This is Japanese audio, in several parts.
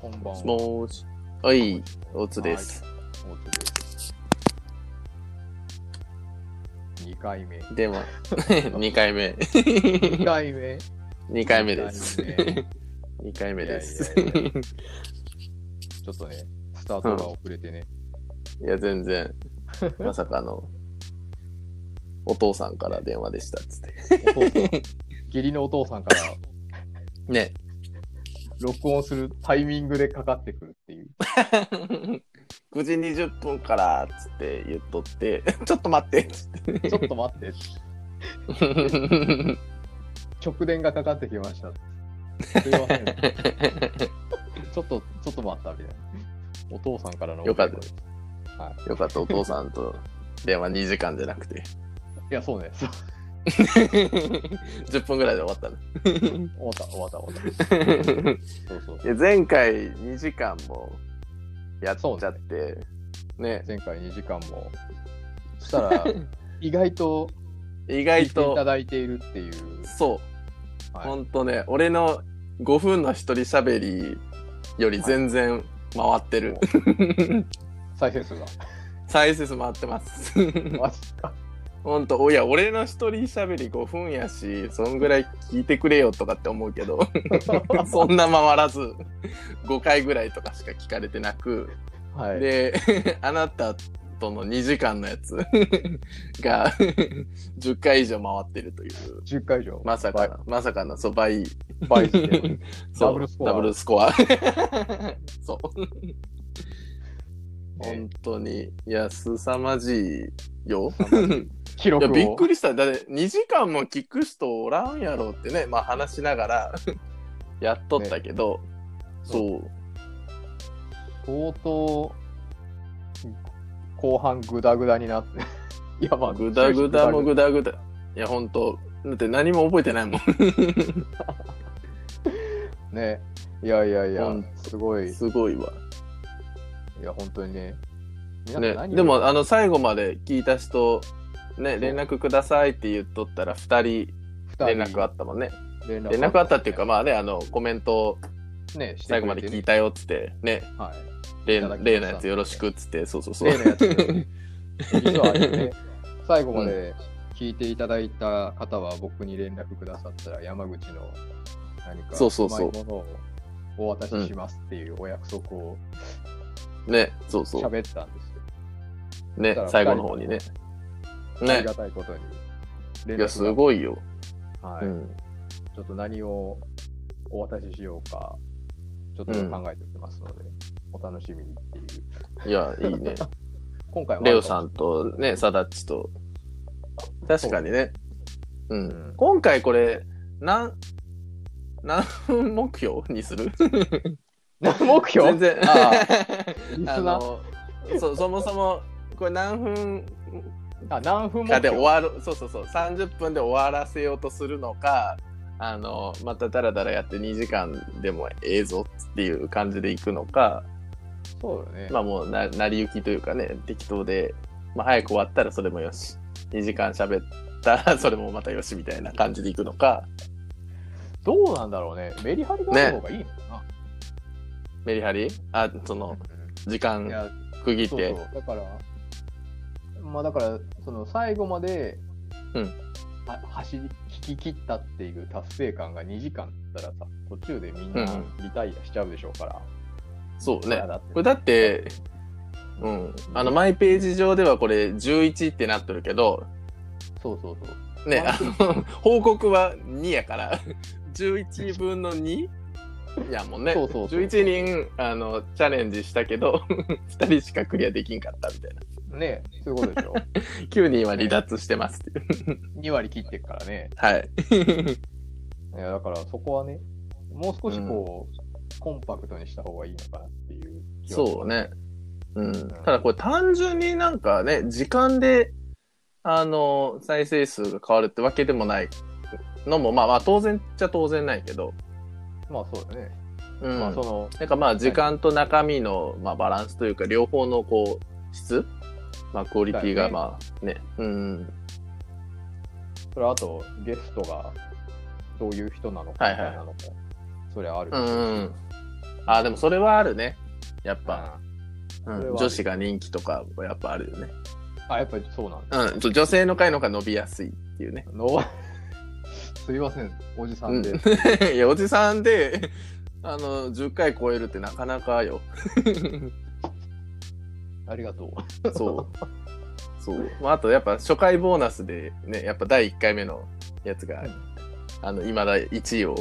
こんばんは。しもーし。はい、大津です。はい。大津です。2回目。で は、2回目。 2回目2回目です。二回2回目です。いやいやいちょっとね、スタートが遅れ てね。 いや、全 然、まさかの、お父さんから電話でしたっつって。お父さん義理のお父さんから ね。録音するタイミングでかかってくるっていう。 9時20分からっつって言っとって、 ちょっと待ってっつって。ちょっと待って、 直電がかかってきました。すいま せん。ちょっと、ちょっと待ったみたいな。お父さんからの。よかったいよかった、お父さんと電話2時間じゃな くて。や、そうね。そう10分ぐらいで終わったの。終わった、終わった、終わった。 そうそうい。や前回2時間もやっちゃって、ね前回2時間も。そしたら、意外と、意聞外いていたとだいているっていう。そう、はいほんとね俺の5分の一人しゃべりより全然回ってる、再生数 が。再生数回ってます マジか。ほんとおや俺の一人しゃべり5分やしそんぐらい聞いてくれよとかって思う けどそんな回らず5回ぐらいとかしか聞かれてなくはい。で、 あなたとの2時間のやつ が10回以上回ってるという、 10回以上。まさかの、まさかの、そう、倍、倍してる。 そうダブルスコアダブルスコ ア。そう。本当に、いや、凄まじい よ。記い録や、を。びっくりした。だって、2時間も聞く人おらんやろってね、まあ話しながら やっとったけど、そう。相当、後半グダグダになって。 いや、まあ、ぐだぐだもぐぐだぐだ。いや、本当だって何も覚えてないもん。ね。いやいやいやほん、 すごい。いすごいわ。や、本当にね。皆さんね何、をで、もあの最後まで聞いた人、ね、連絡くださいって言っとったら2人連二絡人あったもんね連連絡あったっていうか、まあねあのコメントをね、してくれて最後まで聞いたよっつってねはい。例いただのきました例のやつよろしくっつってそうそうそう例のやつね。実はあれ ね、最後まで聞いていただいた方は僕に連絡くださったら山口の何かそうそうそうまいものをお渡ししますっていうお約束をねそうそう喋ったんですよ。ねだから最後の方にねありねがたいことに連絡いやすい、ごいよ、はういん、ちょっと何をお渡ししようか、ちょっと考えておきますので、お楽しみにっていう。いや いいね今回はレオさんとねサダッチと確かにねううんん、今回これ何何分目標にする 目標全然あリスナ あー のそそもそもこれ何分あ何分目か標で終わるそうそうそう30分で終わらせようとするのかあのまたダラダラやって2時間でもええぞっていう感じでいくのかそうだね。まあもうな成り行きというかね適当で、まあ、早く終わったらそれもよし2時間喋ったらそれもまたよしみたいな感じでいくのかどうなんだろうね。メリハリがある方がいいのかな。メリハリあその時うんい間や、区切っそうそてう。だから、まあだから、その最後まで、うんは走り聞き切ったっていう達成感が2時間だったらさ、途中でみんうなんリタイアしちゃうでしょうから。そうねまあだっこてれだって、うん、あのマイページ上ではこれ11ってなってるけどそうそうそう。ねあの報告は2やから11分の2やもんねそうそうそう11人あのチャレンジしたけど2 人しかクリアできんかったみたいなねえ、そういうことでし ょ。 9人は離脱してますっていう、 2割切ってっからね。はいいや、だからそこはね、もう少しこう、コンパクトにした方がいいのかなっていう気はします。そうねうんただこれ単純になんかね時間であの再生数が変わるってわけでもないのもまあまあ当然っちゃ当然ないけどまあそうだね。うんまあその、なんかまあ時間と中身の、まあ、バランスというか両方のこう質、まあ、クオリティだよがねまあねうんそれはあとゲストがどういう人なのかはみいはいたいなのも、それはあるうんうんあ、でもそれはあるね。やっぱ、あうそれん、は女子が人気とかはやっぱあるよね。あ、やっぱりそうなんだ。うん、そう女性の会の方が伸びやすいっていうね。 の すいません、おじさんで。いや、おじさんで、 あの、10回超えるってなかなかよ。ありがとう。 そう。そう。まあ、あと、やっぱ初回ボーナスでね、やっぱ第1回目のやつが、うんあの、未だ1位を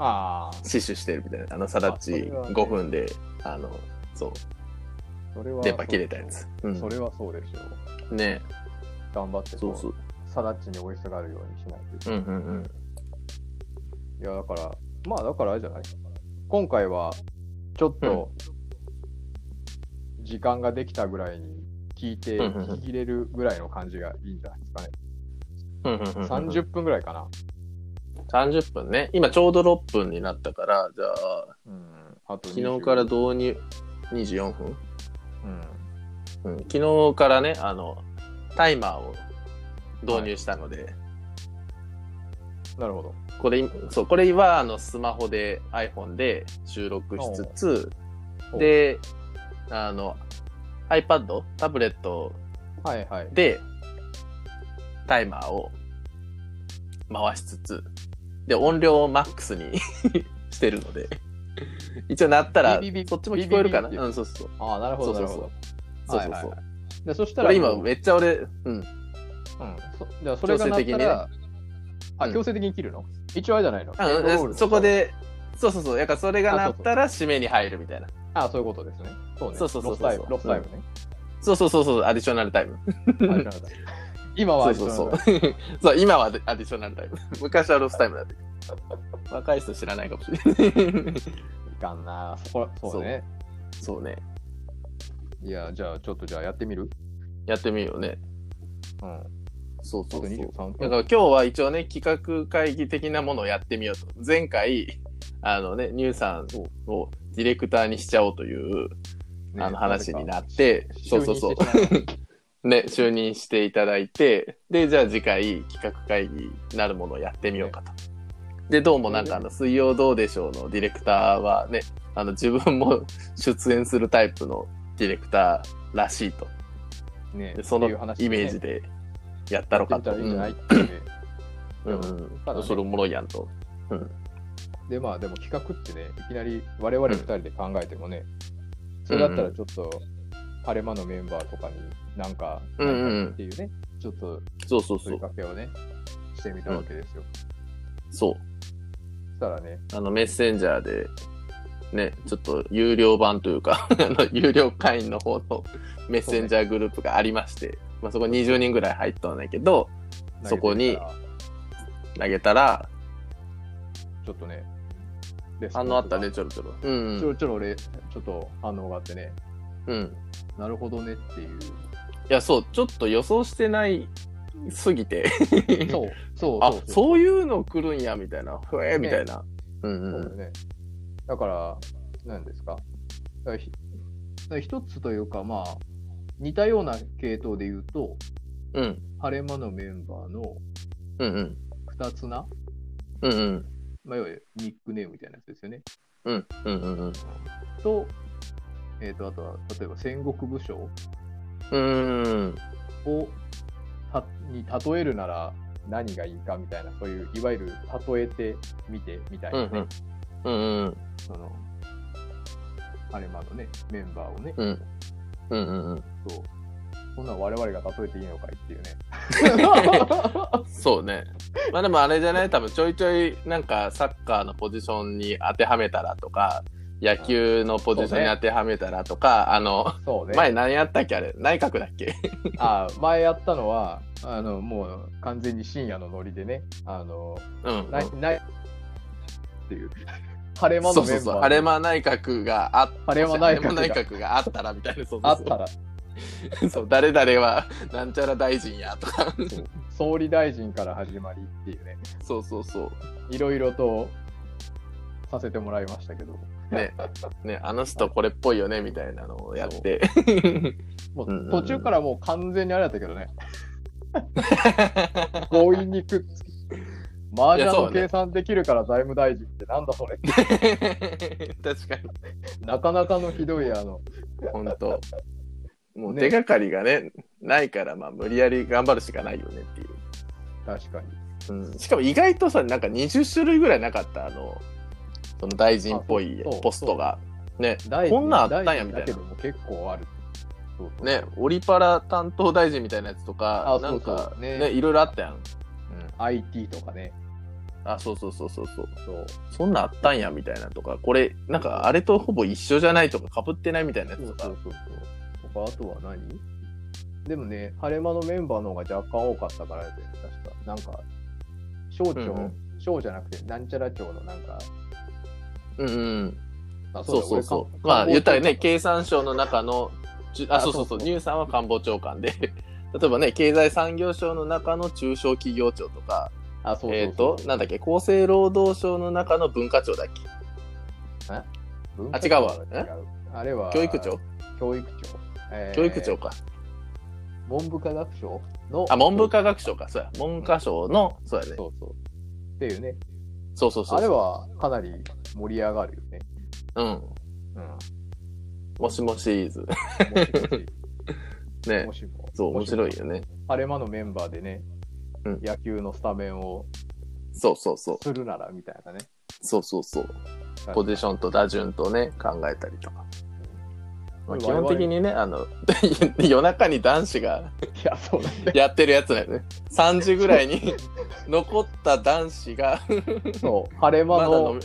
ああ、死守してるみたいな、あの、さらっあそちれはね5分で、あの、そう、それは。電波切れたやつ。うそん。れはそうでしょう。ね頑張ってこそうそう。さらっちに追いすがるようにしないと。うんうんうん。いや、だから、まあ、だからあれじゃない今回は、ちょっと、時間ができたぐらいに聞いて、うんうんうん聞き切れるぐらいの感じがいいんじゃないですかね。うんうんうんうん30分ぐらいかな。 30分ね。今ちょうど6分になったから、じゃあ、うん。あと昨日からど導入24分うん。うん、昨日からね、あの、タイマーを導入したので、なるほど。これ、そう、これは、あの、スマホで、iPhone で収録しつおつ、うで、あの、iPad、タブレットはいはい。で、タイマーを回しつつ、で、音量をマックスにしてるので、一応鳴ったら、ビビビそっちも聞こえるかなビビビってうん、そうそう。ああ、なるほど、なそうるそほうそうど。そうそはいうはいそうは。でそしたこられもう、今、めっちゃ俺、うん。うん、そじゃあそれがなったら、あ、うん強制的に切るの、一応あれじゃないのエンドロールうのん、そこで、そうそうそう、やっぱそれが鳴ったら締めに入るみたいな。あ、そういうことですね。そうね。そうそうそうそうロスタイムロそうそうそうそう、アディショナルタイム。スタイ ムね。あ知らなかった今はそあうれじゃそうなそかうった。そう、今はアディショナルタイム。昔はロスタイムだった。若い人知らないかもしれない。いかんな。そこそうね。そうね。いや、じゃあちょっとじゃあやってみるやってみようね。うん。あそうそとうそう。 23だ分。から今日は一応ね、企画会議的なものをやってみようと。前回、あのね、ニューさんをディレクターにしちゃおうという、ねあの話になって、そうそうそう。。就任してしね、就任していただいて、で、じゃあ次回企画会議なるものをやってみようかと。で、どうもなんかあの、水曜どうでしょうのディレクターはね、あの、自分も出演するタイプのディレクターらしいと。まうね でそのってイいう話メージでやったろかと。やってみたらいいんじゃないっていうねうんうんただねそれおもろいやんと。で、まあでも企画ってね、いきなり我々二人で考えてもね、それだったらちょっと、晴れ間のメンバーとかになんか、うんうんなんかっていうね、ちょっとそうそうそ問うい。かけをね、してみたわけですよ。そう。そしたらね、あの、メッセンジャーで、ね、ちょっと有料版というか、 あの、有料会員の方のメッセンジャーグループがありまして、まあ、そこ20人ぐらい入ったんだけど、そこに投げてみ投げたら、たらちょっとね、レスポン反ス応があったね、。ちょろちょろ。うちょん。ろちょろ俺、ちょっと反応があってね、うん。なるほどねっていう。いや、そう、ちょっと予想してないすぎて、そう、そう、 あ、そういうの来るんや、みたいな、ふえー、みたいな。うんそううんだよね。だから、何ですか。だからひだから一つというか、まあ、似たような系統で言うと、うん。晴れ間のメンバーのうんうん。二つな、うんうん。まあ、いわゆるニックネームみたいなやつですよね。うんうんうんうん。と、えっ、と、あとは、例えば戦国武将うん。をたに例えるなら何がいいかみたいな、そういう、いわゆる例えてみてみたいうんうな、ねん。うんうん。その、アレマのね、メンバーをね、うん。うんうんうん。そう、そんなん我々が例えていいのかいっていうね。 そうね。まあでもあれじゃない多分ちょいちょいなんかサッカーのポジションに当てはめたらとか、野球のポジションに当てはめたらとか、あの、そうね。前何やったっけあれ内閣だっけあ前やったのは、あの、もう完全に深夜のノリでね、あの、うん、うん。ない、ない、っていう、晴れ間そのうメンバーそうでそう。晴れ間内閣があっ晴れ間内閣が晴れ間内閣があったらみたいな。そうそうそうあったら、そう、誰々はなんちゃら大臣やとか。そう総理大臣から始まりっていうね。そうそうそう。いろいろとさせてもらいましたけど、ね、ね、あの人これっぽいよねみたいなのをやって。もうんうんうんう途中からもう完全にあれだったけどね、強引にくっつ麻雀いやそうのだね計算できるから財務大臣ってなんだそれって 確かに。なかなかのひどいあの本当。もうね手がかりがね、ないから、まあ無理やり頑張るしかないよねっていう。確かにうん、しかも意外とさ、なんか20種類ぐらいなかった、あの、その大臣っぽいあそうそうポストが。ね、大こんなんあったんやみたいな大臣だけども結構あるそうそうね、オリパラ担当大臣みたいなやつとかあ、なんそうかそうねねいろいろあったやん。うん、IT とかねあ、そうそうそうそうそう。そうそんなんあったんやみたいなとか、これ、なんかあれとほぼ一緒じゃないとか、被ってないみたいなやそつうとそかう。そうそう他あとは何でもね晴れ間のメンバーの方が若干多かったからだよね確かなんか省庁、うんう省じゃなくてなんちゃら庁のなんかうんうん。あそうそうだそ俺う。かまあ言ったらね、官経産省の中の、じゅあ、あそうそうそ、そううそう乳さんは官房長官で、例えばね、経済産業省の中の中小企業庁とか、房あそうそうそうえっ、と、なんだっけ、厚生労働省の中の文化庁だっけ文化庁は違あ違うわうあれは教育庁教育庁、えー教育庁か。文部科学省のあ、文部科学省か。そうや。文科省の、そうやね。そうそうっていうねそうそうそうそう。あれはかなり盛り上がるよねうん。うん もしもシリーズ。もしもしねも。しもそう、面もしも白いよね。晴れ間のメンバーでね、うん野球のスタメンをそうそうそう。するならみたいなね。そうそうそう。ポジションと打順とね、考えたりとか。まあ、基本的にね、あの、 夜中に男子 が いや、そうだね。やってるやつだよね。3時ぐらい に残った男子が、そう、晴れま間だ飲のみ、、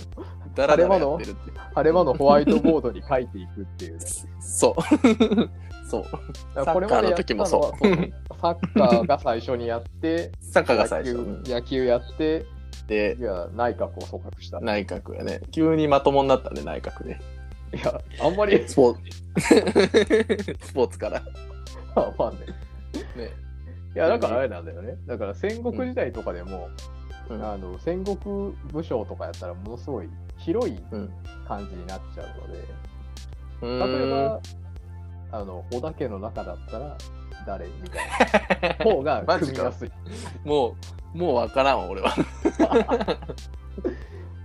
だらだらやってるっていう。晴れ間のホワイトボードに書いていくっていうね。そう。 そう。だからこれまでやったのはサッカーの時そうサッカーが最初にやって、 サッカーが最初野球野球やって、で、じゃあ内閣を組閣した。い内閣やね。急にまともになったね、内閣ね。や、あんまり、スポー ツ。スポーツから。まあね。ね。いや、だからあれなんだよね。だから戦国時代とかでも、うんあの戦国武将とかやったらものすごい広いうん。感じになっちゃうので、例例えば、あの、織田家の中だったら誰みたいな方が マジ組かみやすい。もう、もうわからんわ、俺は。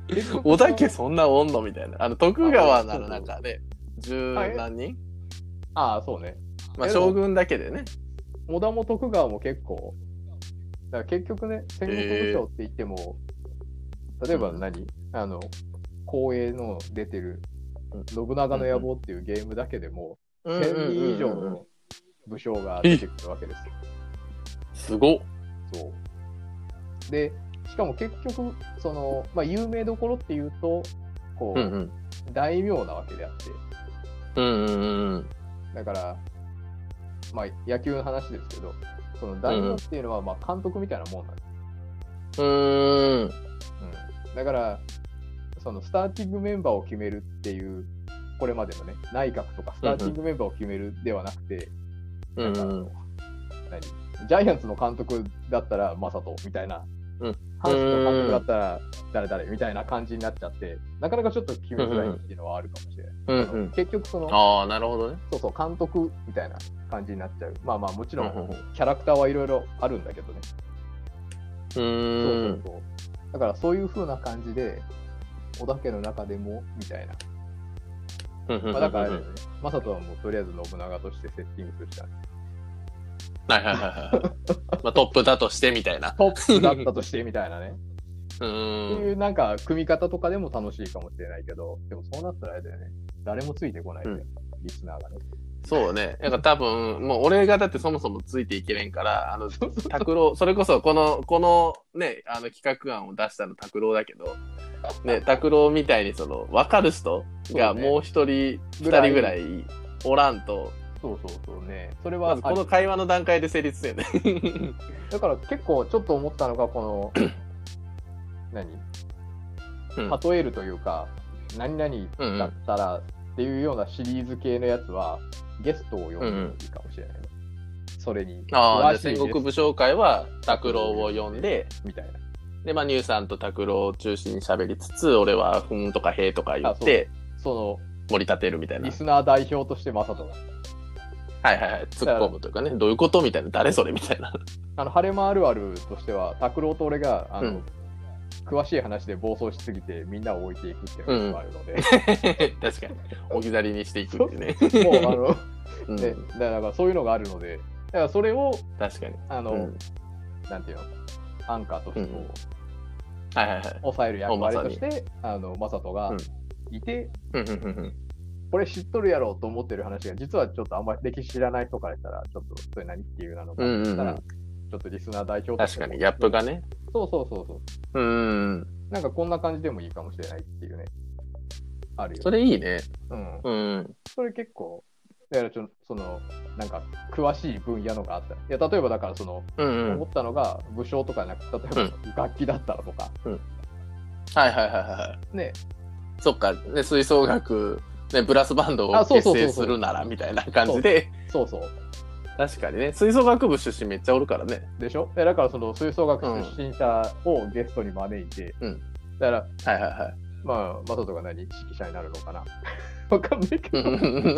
結局 小田家そんなおんのみたいな。あの、徳川ならなんかね、十はい何人ああ、そうね。まあ、えでも将軍だけでね。織田も徳川も結構、だから結局ね、戦国武将って言っても、例えば何、あの、光栄の出てる、信長の野望っていうゲームだけでも、うんうん1000人以上の武将が出てくるわけですよ。すごっ。そう。で、しかも結局、その、まあ、有名どころっていうと、こう、うんうん。大名なわけであって、うんうんうん。だから、まあ、野球の話ですけど、その大名っていうのはまあ監督みたいなもんなんです、うーん。うんだから、そのスターティングメンバーを決めるっていう、これまでのね、内閣とかスターティングメンバーを決めるではなくて、うなんんかあうのん。何ジャイアンツの監督だったら正人みたいな、うん阪神の監督だったら誰々みたいな感じになっちゃって、なかなかちょっと決めづらいっていうのはあるかもしれない。うんうあのん。結局その、ああ、なるほどね。そうそう、監督みたいな感じになっちゃう。まあまあ、もちろ、うんうんうんキャラクターはいろいろあるんだけどね。うそうーん。そうそう。だから、そういう風な感じで、織田家の中でも、みたいな。まあ、だからあれだよね、マサトはもうとりあえず信長としてセッティングするしかない。はいはいはい はい。まあ、トップだとしてみたいな。トップだったとして、みたいなね。うってーいん。う、なんか、組み方とかでも楽しいかもしれないけど、でもそうなったらあれだよね。誰もついてこないんだよ、リスナ ーがね。そうね。なんか多分、もう俺がだってそもそもついていけれんから、あの、拓郎、それこそこの、このね、あの企画案を出したの拓郎だけど、ね、拓郎みたいにその、わかる人がもう一人、二、ぐらい人ぐらいおらんと、 そうそうそうね。それまは、ずこの会話の段階で成立するよ ね。だから結構ちょっと思ったのが、こ の、何うん例えるというか、何々だったらっていうようなシリーズ系のやつは、ゲストを呼んでもいいかもしれないな、それに。ああ、詳しい戦です国武将会は拓郎を呼んで、みたいな。で、まあ、乳さんと拓郎を中心に喋りつつ、俺は、ふーんとかへーとか言って、そ盛り立てるみたいの、なリ。スナー代表としてマサトが。はいはいはい。突っ込むというかね、どういうことみたいな、誰それみたいな。 あの、晴れ間あるあるとしては、拓郎と俺が、あの、うん詳しい話で暴走しすぎてみんなを置いていくっていうのがあるので、確かに。置き去りにしていくっていうね。もうあ の、うんね、だからまあそういうのがあるので、だからそれを、確かに。あの、うんなんていうの、アンカーとしてこう、うんはいはいはい。抑える役割おまさとにして、あの、マサトがうんいて、うんうんうんうんこれ知っとるやろうと思ってる話が、実はちょっとあんまり歴史知らない人からしたら、ちょっとそれ何っていうなのかうんうんうんしたら、ちょっとリスナー代表とし確てかもに、ギャップがね。そうそうそうそう。うんうんうん。なんかこんな感じでもいいかもしれないっていうね。あるよ。それいいね。うん。うん。それ結構、だからちょ、その、なんか、詳しい分野のがあったら。いや、例えばだから、その、うんうん思。ったのが、武将とかじゃなくて、例えば楽器だったらとか、はいはいはいはいはね、い。そっか、ね、吹奏楽、ね、ブラスバンドをあそう結そうそうそう成するならみたいな感じで、そうそう。確かにね、吹奏楽部出身めっちゃおるからね。でしょでだから、その、吹奏楽出身者をゲストに招いて、うんだから、はいは いはい。まあ、マサトが何指揮者になるのかな わかんないけうど。ん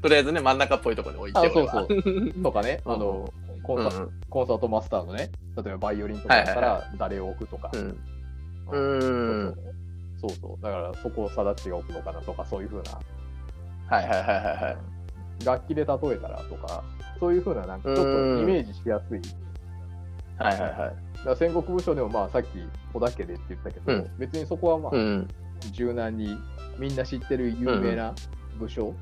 とりあえずね、真ん中っぽいところに置いてあ俺そうはそう。とかね、あの、コうンんサコンサートマスターのね、例えばバイオリンとかだったはいら誰を置くとか。うん。ううんん。うん。そうそう。だからそこをサダッチが置くのかなとか、そういうふうな、はいはいはいはいはい。楽器で例えたらとか、そういうふうな、なんかちょっうんとイメージしやすい。はいはいはい。だから戦国武将でもまあさっき小田家でって言ったけど、うん別にそこはまあうん。柔軟にみんな知ってる有名な武将、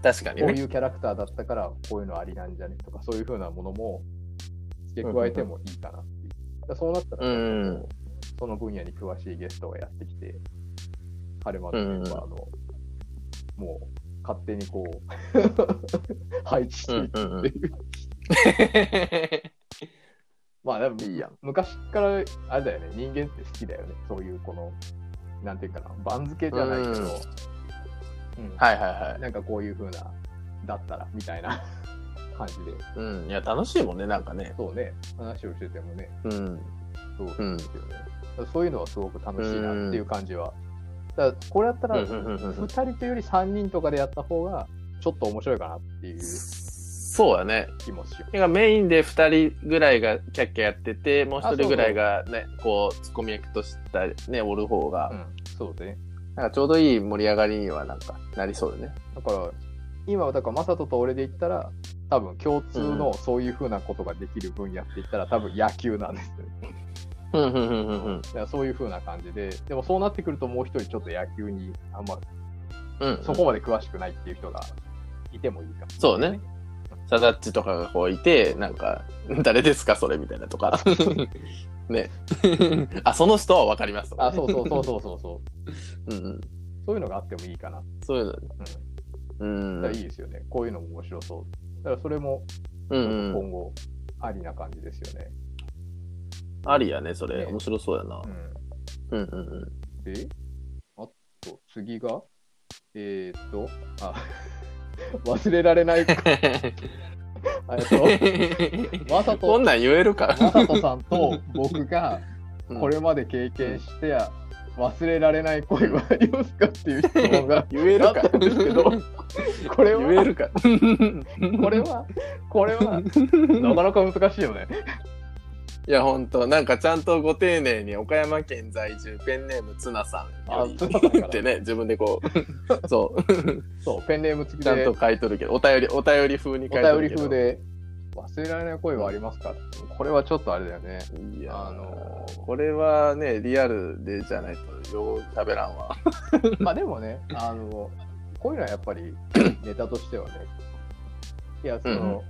確かにこうね。いうキャラクターだったから、こういうのありなんじゃねとか、そういうふうなものも付け加えてもいいかなっていう。だからそうなったら、うん。その分野に詳しいゲストがやってきて、彼までうんうんは、あの、もう勝手にこう、 配置しうていんく。うんうん。 まあ、でもいいやん。昔から、あれだよね、人間って好きだよね。そういう、この、なんていうかな、番付じゃないけど、うんはいはいはい。なんかこういうふうな、だったら、みたい な感じで、うん。いや、楽しいもんね、なんかね。そうね、話をしててもね、うん。そうですうよんね。そういうのはすごく楽しいなっていう感じは。だからこれやったうら、んうんうんうん2人というより3人とかでやった方が、ちょっと面白いかなっていうそうだね。気もしよてかメインで2人ぐらいがキャッキャやってて、もう1人ぐらいがね、こう、ツッコミ役としたね、おる方が、う。うん、そうだね。なんかちょうどいい盛り上がりにはなんかなりそうだね。だから、今はだから、マサトと俺で言ったら、多分共通のそういうふうなことができる分野って言ったら、多分野球なんですよね。うんうんうんうんうん。だからそういうふうな感じで、でもそうなってくると、もう一人ちょっと野球にあんまうんうんそこまで詳しくないっていう人がいてもいいかもしれない。そうね。サダッチとかがこういて、なんか、誰ですかそれみたいなと か。ね。あ、その人はわかりますとかあ、ね、そうそうそうそうそうそう。 うんうん。そういうのがあってもいいかなそういうの。うん。だからいいですよね。こういうのも面白そう。だからそれもうんうん。今後ありな感じですよね。ありやね、それ。ね面白そうやなう。うんうんうん。んで、あと次が、えー、っと、あ 忘れられ ない、あれと、わざとこんなん言えるか。まさとさんと僕がうんこれまで経験して忘れられない恋はありますかっていう質問が言えるあかったんですけど、 これ言えは、るか。これは、これは、なかなか難しいよね。いや、ほんと、なんかちゃんとご丁寧に岡山県在住ペンネームツナさんよりあツナさんからってね、自分でこ う、そう、そう、ペンネーム付きちゃんでと書いとるけど、お便り、お便り風に書おい便とるりけど。風で忘れられない声はありますか、これはちょっとあれだよね。いや、ああののこれはね、リアルでじゃないと、よう喋らんわ。まあでも ね、あの、こういうのはやっぱ りネタとしてはね、いや、その、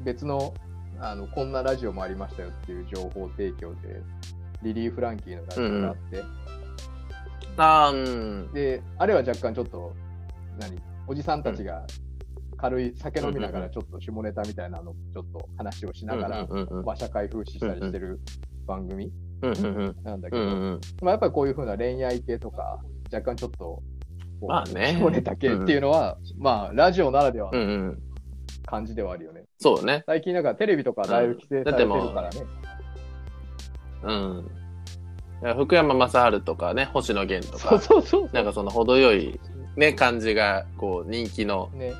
別の、あの、こんなラジオもありましたよっていう情報提供で、リリー・フランキーのラジオがあって、あーうん。で、あれは若干ちょっと、何、おじさんたちが軽い酒飲みながらちょっと下ネタみたいなのをちょっと話をしながら、うんうんまあ社会風刺したりしてる番組うんうんうんなんだけうんうど、んうん。まあ、やっぱりこういうふうな恋愛系とか、若干ちょっと、こうまあね下ネタ系っていうのは、まあ、ラジオならではうのんうん。感じではあるよね。そうね。最近なんかテレビとかだいぶ規制されてるからね。うん。いや福山雅治とかね、星野源とそうか、そうそうなんかその程よいね、感じが、こう、人気のね。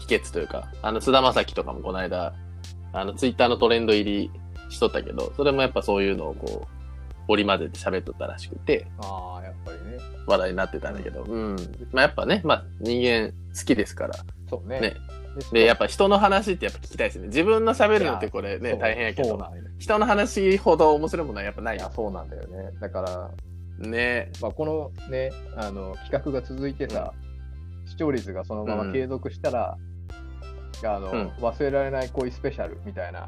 秘訣というか、あの、菅田将暉とかもこの間、あの、ツイッターのトレンド入りしとったけど、それもやっぱそういうのをこう、織り交ぜて喋っとったらしくて、ああ、やっぱりね。話題になってたんだけど、うん。まあやっぱね、まあ人間好きですから。そうね。ねでで、やっぱ人の話ってやっぱ聞きたいですね。自分の喋るのってこれそね、う大変やけそうど、なんよ人の話ほど面白いものはやっぱないいやよ。そうなんだよね。だから、ね。まあ、このね、あの、企画が続いてさ、視聴率がそのまま継続したら、あの、うん忘れられない恋スペシャルみたいな、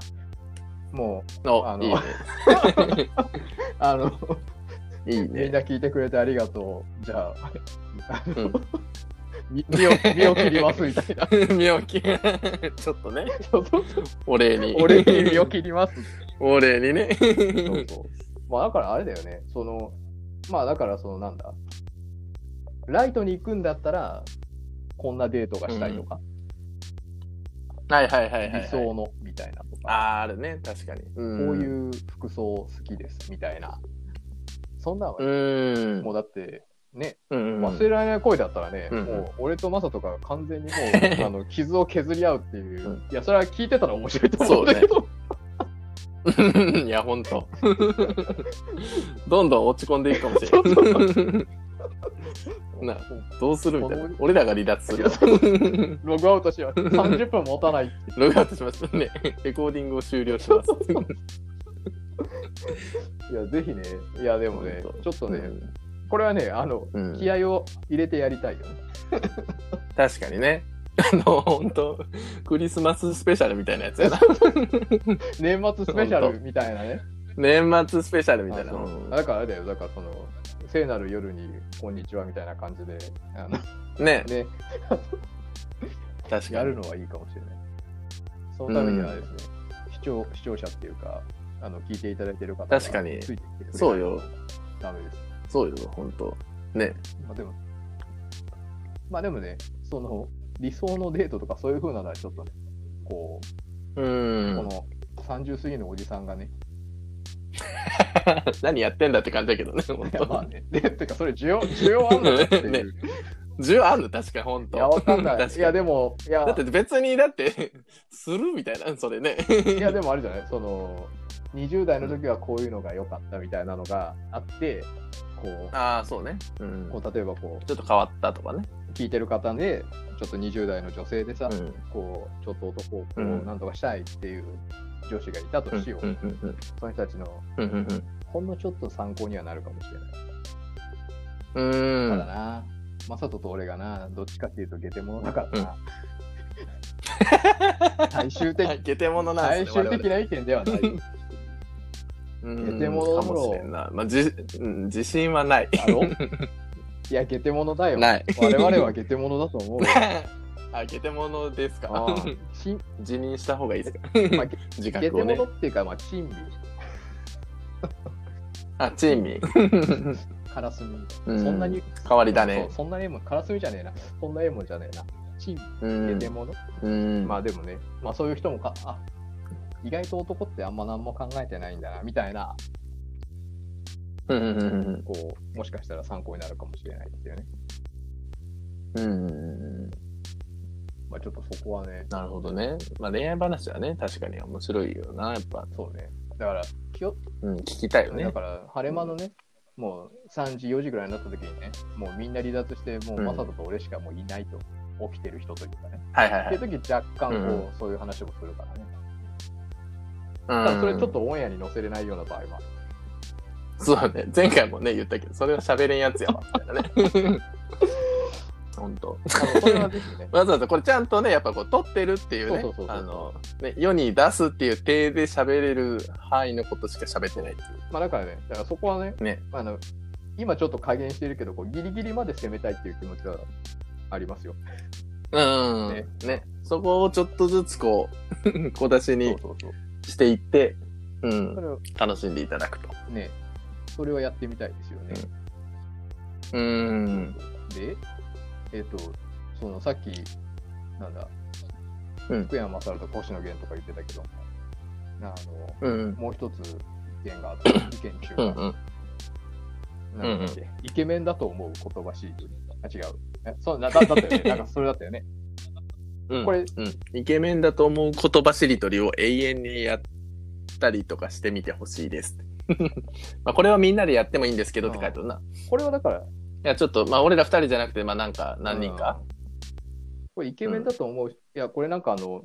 もおあのいいね。う、 あの、い いみん ね。な聞いてくれてありがとう。じゃあ、うんみ身を身を切りますみた いな。身を切ちょっとね、そうそうお礼に。俺に身を切ります。 お礼にそねう。そう。まあだからあれだよね。その、まあだからそのなんだ。ライトに行くんだったら、こんなデートがしたいとか、はいはいはいはい。理想のみたいなとあか、あ、あるね、確かに。こうこういう服装好きですみたいな。そんなのはう、ーん。もうだって、ね、うんうん忘れられない恋だったらね、うんもう俺とマサとか完全にも うあの傷を削り合うっていう、うんいや、それは聞いてたら面白いと思うんだけど、いや、ほんと。どんどん落ち込んでいくかもしれない。な どうするみたいな。俺らが離脱する。ログアウトしよう。30分持たないってログアウトしますね。レコーディングを終了します。いや、ぜひね、いや、でもね本、ちょっとね、これはね、あの、うん気合を入れてやりたいよね。確かにね。あの、ほんと、クリスマススペシャルみたいな やつやな。年末スペシャルみたいなね。年末スペシャルみたいな。あうそうんだからあれだよ、だからその、聖なる夜に、こんにちはみたいな感じで、 あのね、ね、確かやるに。のはいいかもしれない。そのためにはですね、視聴視聴者っていうか、あの聞いていただいてる方が確かについてきてくれないとそうよ。ダメです。そうよ、ほんと。ね。まあでも、まあでもね、その、理想のデートとかそういう風なのはちょっとね、こうう、ん。この30過ぎのおじさんがね、 何やってんだって感じだけど ね、ほんいやとまあね、で、てかそれ需要、需要あんのっていう。 ね需要あるの確かに、ほんいと。や、わかんない。 確いかにや、でも、いや、だって別に、だって、 するみたいな、それね。いや、でもあれじゃないその、20代の時はこういうのが良かったみたいなのがあって、こう、 ああ、そうね。うん。こう例えばこちょっと変わったとかね。う、聞いてる方で、ちょっと20代の女性でさ、ん。こう、ちょっと男をこう、うんなんとかしたいっていう女子がいたとしよう。うんうんうんその人たちの、うんうんうんほんのちょっと参考にはなるかもしれない。うんただな、マサトと俺がな、どっちかっていうと、下手者だからな。 最終的はい下手者なん最ですね終的な意見ではない。我下手々者うんのかもしれんな、まあ、じうん自信はないだ ろいや、下手者だよ。ない我々は下手者だと思う よ。 あ下手者ですかああし辞任した方がいいですか まあ、下自手覚をね者っていうか、まあ、珍味、あチーミーカラスミ。うそんなに。変わりだねそうそんなにも、カラスミじゃねえな。そんなええもんじゃねえな。珍味、うん下手者、うんまあでもね、まあそういう人もか、あ意外と男ってあんま何も考えてないんだな、みたいな、うんうんうんこう、もしかしたら参考になるかもしれないっていうね。うんうんうんまあちょっとそこはね、なるほどね、まあ、恋愛話はね確かに面白いよなやっぱ、そうね。だから、気をうん、聞きたいよねだから、晴れ間のね、もう3時、4時ぐらいになった時にね、もうみんな離脱して、もううんマサトと俺しかもういないと、起きてる人というかね。はいはいはいっていう時、若干こう、うそういう話もするからね。うたんだそれちょっとオンエアに載せれないような場合 は。そうだね。前回もね、言ったけど、それは喋れんやつやわ、みたいなね。ほんと。。あのそれはぜひねわざわざこれちゃんとね、やっぱこう、撮ってるっていうねそうそうそう、そうあの、ね、世に出すっていう体で喋れる範囲のことしか喋ってないっていう。まあだからね、だからそこはね、ねあの今ちょっと加減してるけど、こうギリギリまで攻めたいっていう気持ちはありますよ。うん、ねね。そこをちょっとずつこう、小出しそにうそうそう。していって、うそん、れを楽しんでいただくと。ね、それをやってみたいですよね。うん。で、えっ、と、そのさっき、なんだ、うん福山雅治と越野源とか言ってたけど、あうん。うのん。もう一つ意見が あって、意見中うが、ん。なんだっけ、イケメンだと思う言葉しい。あ、違う。えそうなだだったよね。 なんかそれだったよね。うん。これうん。イケメンだと思う言葉しりとりを永遠にやったりとかしてみてほしいです。 まあこれはみんなでやってもいいんですけどって書いてるな。これはだから、いや、ちょっと、まあ俺ら二人じゃなくて、まあなんか何人か。うんこれイケメンだと思う、いや、これなんかあの、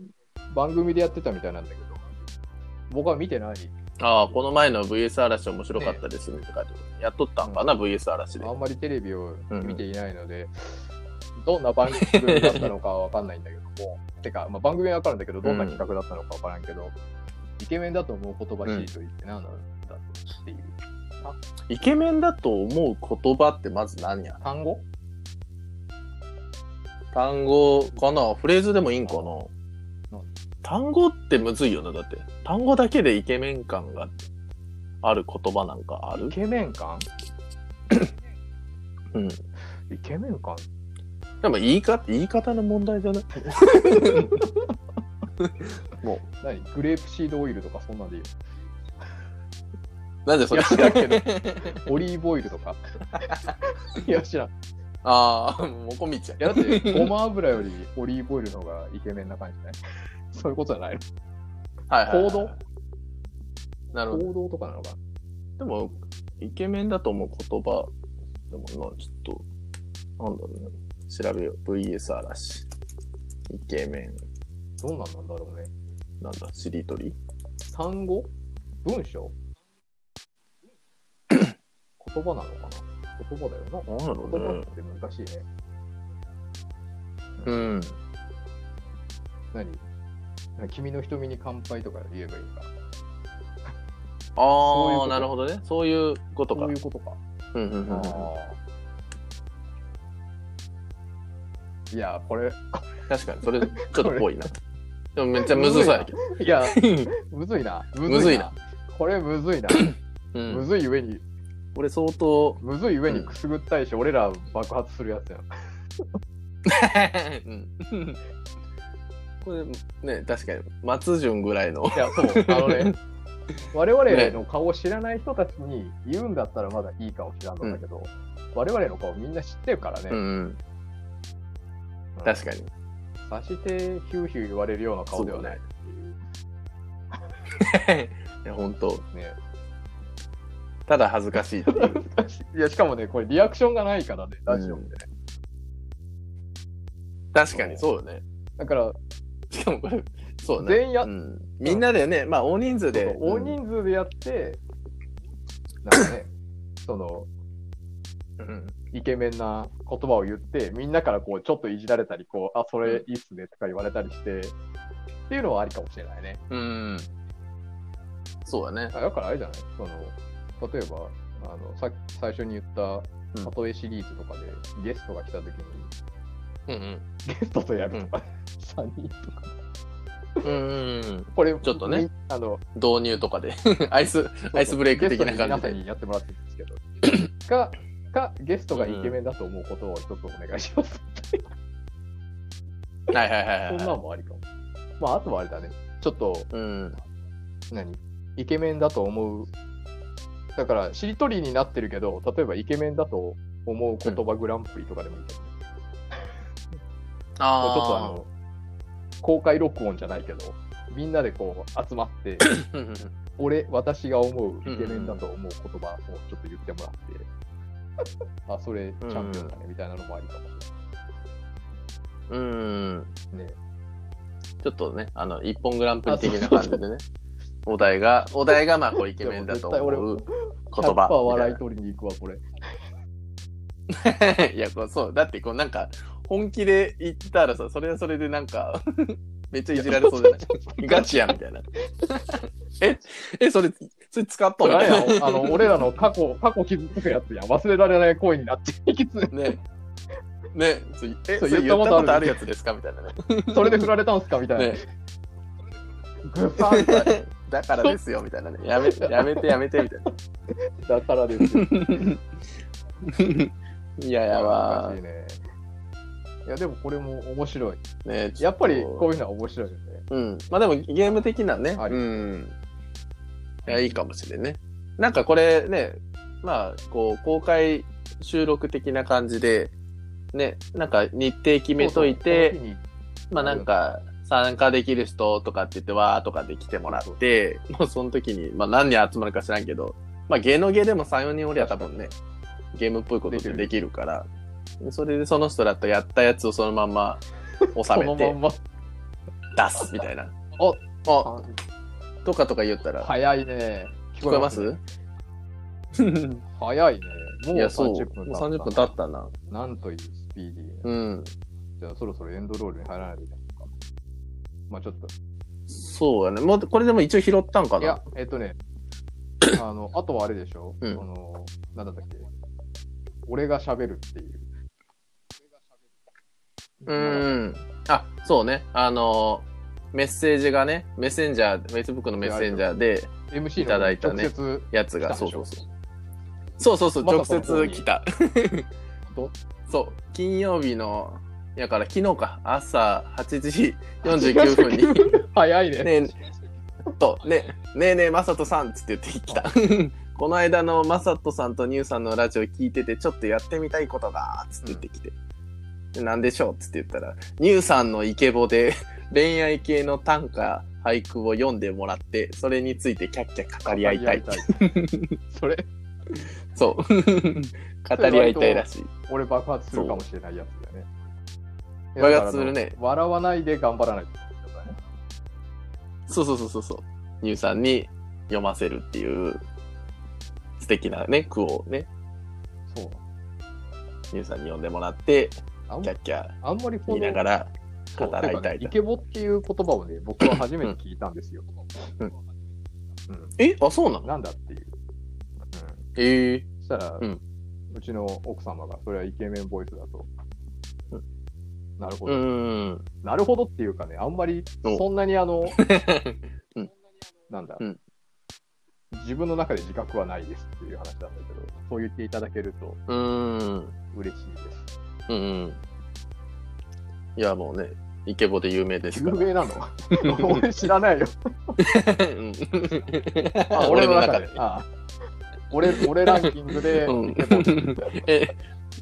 番組でやってたみたいなんだけど、僕は見てない。ああ、この前の VS 嵐面白かったですねって書いてあるやっとったんかな、VS 嵐であ。んまりテレビを見ていないので、どんな番組だったのかはわかんないんだけども、 てか、まあ、番組はわかるんだけど、どんな企画だったのかわからんけど、イケメンだと思う言葉しいと言って何なんだろうっていうイケメンだと思う言葉ってまず何や単語単語かなフレーズでもいいんかななん単語ってむずいよな、だって。単語だけでイケメン感がある言葉なんかあるイケメン感うん。イケメン感でも言い方、言い方の問題じゃないも何グレープシードオイルとかそんなんでいいよう、なんでそれいや知らんけどオリーブオイルとか いや知らんい ああ、もこみちゃん。やだってごま油よりオリーブオイルの方がイケメンな感じないそういうことじゃないはいはいはい行動なるほのど。行動とかなのかでも、イケメンだと思う言葉、でもな、ちょっと、なんだろうね。調べよう。VS 嵐。イケメン。どんなんなんだろうねなんだ、しりとり単語文 章言葉なのかな言葉だよな。なんだろ言う葉ね。って難しいね。うん。何君の瞳に乾杯とか言えばいいか。そういうあこあ、となるほどね。そういうことそか。うういうことか。んうんうん。あーいや、これ、確かに、それ、ちょっとぽいな。でもめっちゃむずそうやけど。いや、むずいな。むずいな。これむずいな。 うむん。ずい上に、俺相当、むずい上にくすぐったいし、俺ら爆発するやつやん。うんこれね、確かに、松潤ぐらいの。いや、そう、あの ね、我々の顔を知らない人たちに言うんだったらまだいいかもしれないんだけど、我々の顔みんな知ってるからね。うんうん、確かに。に。さしてヒューヒュー言われるような顔ではないっていういや、本当ね。ただ恥ずかしいっていう。いや、しかもね、これリアクションがないからね、ラジオってね。確かに、そうよね。だから、しかもこれ、そうね。全員や、うん、みんなでね、まあ、大人数で。大人数でやって、なんかね、 その、うんイケメンな言葉を言って、みんなからこう、ちょっといじられたり、こう、あ、それいいっすねとか言われたりして、っていうのはありかもしれないね。うん。そうだね。あだからあれじゃないその例えばあのさ最初に言ったん「たとえ」シリーズとかで、ゲストが来た時にうんうん。ゲストとやるとか、3人とかうんうんうん。これちょっとねみあの導入とかで。 アイス、アイスブレイク的なゲ感スじトに皆さん。でにやってもらってるんですけどかかゲストがイケメンだと思うことを一つお願いします、はいはいはいはい。そんなんもありかもまああとはあれだねちょっとうん。何イケメンだと思うだからしりとりになってるけど例えばイケメンだと思う言葉グランプリとかでもいいけど、こうちょっとああの公開録音じゃないけどみんなでこう集まって あの、俺私が思うイケメンだと思う言葉をちょっと言ってもらって、 あそれチャンピオンだねみたいなのもありかもしうん。れないねちょっとね、あの、一本グランプリ的な感じでね。お題が、お題が、まあ、こう、イケメンだと思う言100%葉。笑いみ取りに行くわこれたいないや、こう、そう。だって、こう、なんか、本気で言ったらさ、それはそれでなんか、めっちゃいじられそうじゃないガチや、みたいな。え、え、それ、それ使っとこんれのあれやあの俺らの過去過去傷つくやつやん忘れられない恋になっていき つね。ね、そうえ、そうそれ言っこ言ったたこととああるるやつですかみたいなね。それで振られたんすかみたいな、ねグサみたいだからですよ、みたいなね。やめて、やめて、やめて、みたいな。なだからですよいや、やば難しいねいやでもこれも面白いー。ね、やっぱりちょとこういうのは面白いよねうん。まあでもゲーム的なね。ありうん。いや、いいかもしれんね。なんかこれね、まあ、こう、公開収録的な感じで、ね、なんか日程決めといて、そうそうこの日にまあなんか、参加できる人とかって言って、わーとかで来てもらって、もうその時に、まあ何人集まるか知らんけど、まあ芸能芸でも3、4人おりゃ多分ね、ゲームっぽいことってできるから、それでその人だったらやったやつをそのまんま収そめのまてんま出すみたいな。おおあとかとか言ったら、早いね聞聞こえますね早いねもう いや、そう。もう30分経った30分経ったな。なんというスピーディーなうん。じゃあそろそろエンドロールに入らないといけないのかまあちょっとそうやね。もう、これでも一応拾ったんかいやな。えっとねあ のあとはあれでしょ、うんそのなんだったっけ俺が喋るっていううん。あ、そうね。あのー、メッセージがね、メッセンジャー、Facebook のメッセンジャーで、 MC いただいたのね直接やつ来たが、でそうしそょうそう。そうそうそう、ま直さかの方接に来た。どそう。金曜日の、やから昨日か、朝8時49分に、早いねねえ、と、ね、ねえねえ、まさとさんっつって言ってきた。この間のまさとさんとニューさんのラジオ聞いてて、ちょっとやってみたいことが、つって言ってきて。でな、んでしょうっつって言ったら、ニューさんのイケボで恋愛系の短歌、俳句を読んでもらって、それについてキャッキャ語り合いたい。 それそう。語り合いたいらしい。俺爆発するかもしれないやつだよねそう爆発するねだからあの笑わないで頑張らないとそうそうそうそうそう。ニューさんに読ませるっていう、素敵なね、句をね、そうニューさんに読んでもらって、あんキャッキャあんまりこ言いながら、そう語らいたいてかねイケボっていう言葉をね、僕は初めて聞いたんですよ。うんう、えあ、そうなんのなんだっていう。ええうん、そしたら、ううんちの奥様が、それはイケメンボイスだと。うんなるほうど、ん。なるほどっていうかね、あんまりおそんなにあの、 うんなんだ、うん自分の中で自覚はないですっていう話なんだけど、そう言っていただけるとうん。嬉しいです。うん。いや、もうね、イケボで有名です有から。名なの 俺知らないよ。うんあ俺の中で。。ああ俺俺ランキングでうんイケボって言ったえ、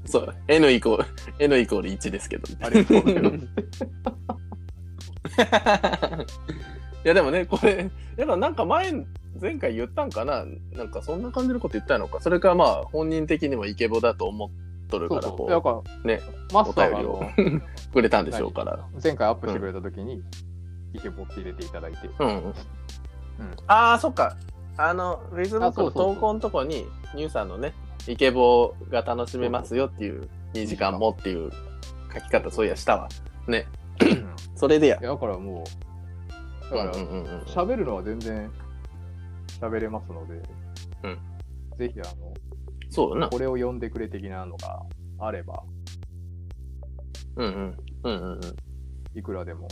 そう、N イコール、N イコール1ですけど。ありがとうござい ま いや、でもね、これ、やっぱなんか前、前回言ったんかななんかそんな感じのこと言ったのか。それかまあ、本人的にもイケボだと思っとるそうから、そこう。うだから、ね、マおスターがあ便のりをくれたんでしょうから。前回アップしてくれたときに、イケボって入れていただいて、うん。ああ、そっか。あの、Facebook の投稿のとこに、ニューさんのね、イケボが楽しめますよっていう、2時間もっていう書き方、そういや、したわ。ね。いそれでや。やだからもう、だから、うんうんうんうん喋るのは全然喋れますので、うんぜひあの、そうだな。これを読んでくれ的なのがあれば、うんうん。うんうんうん。いくらでも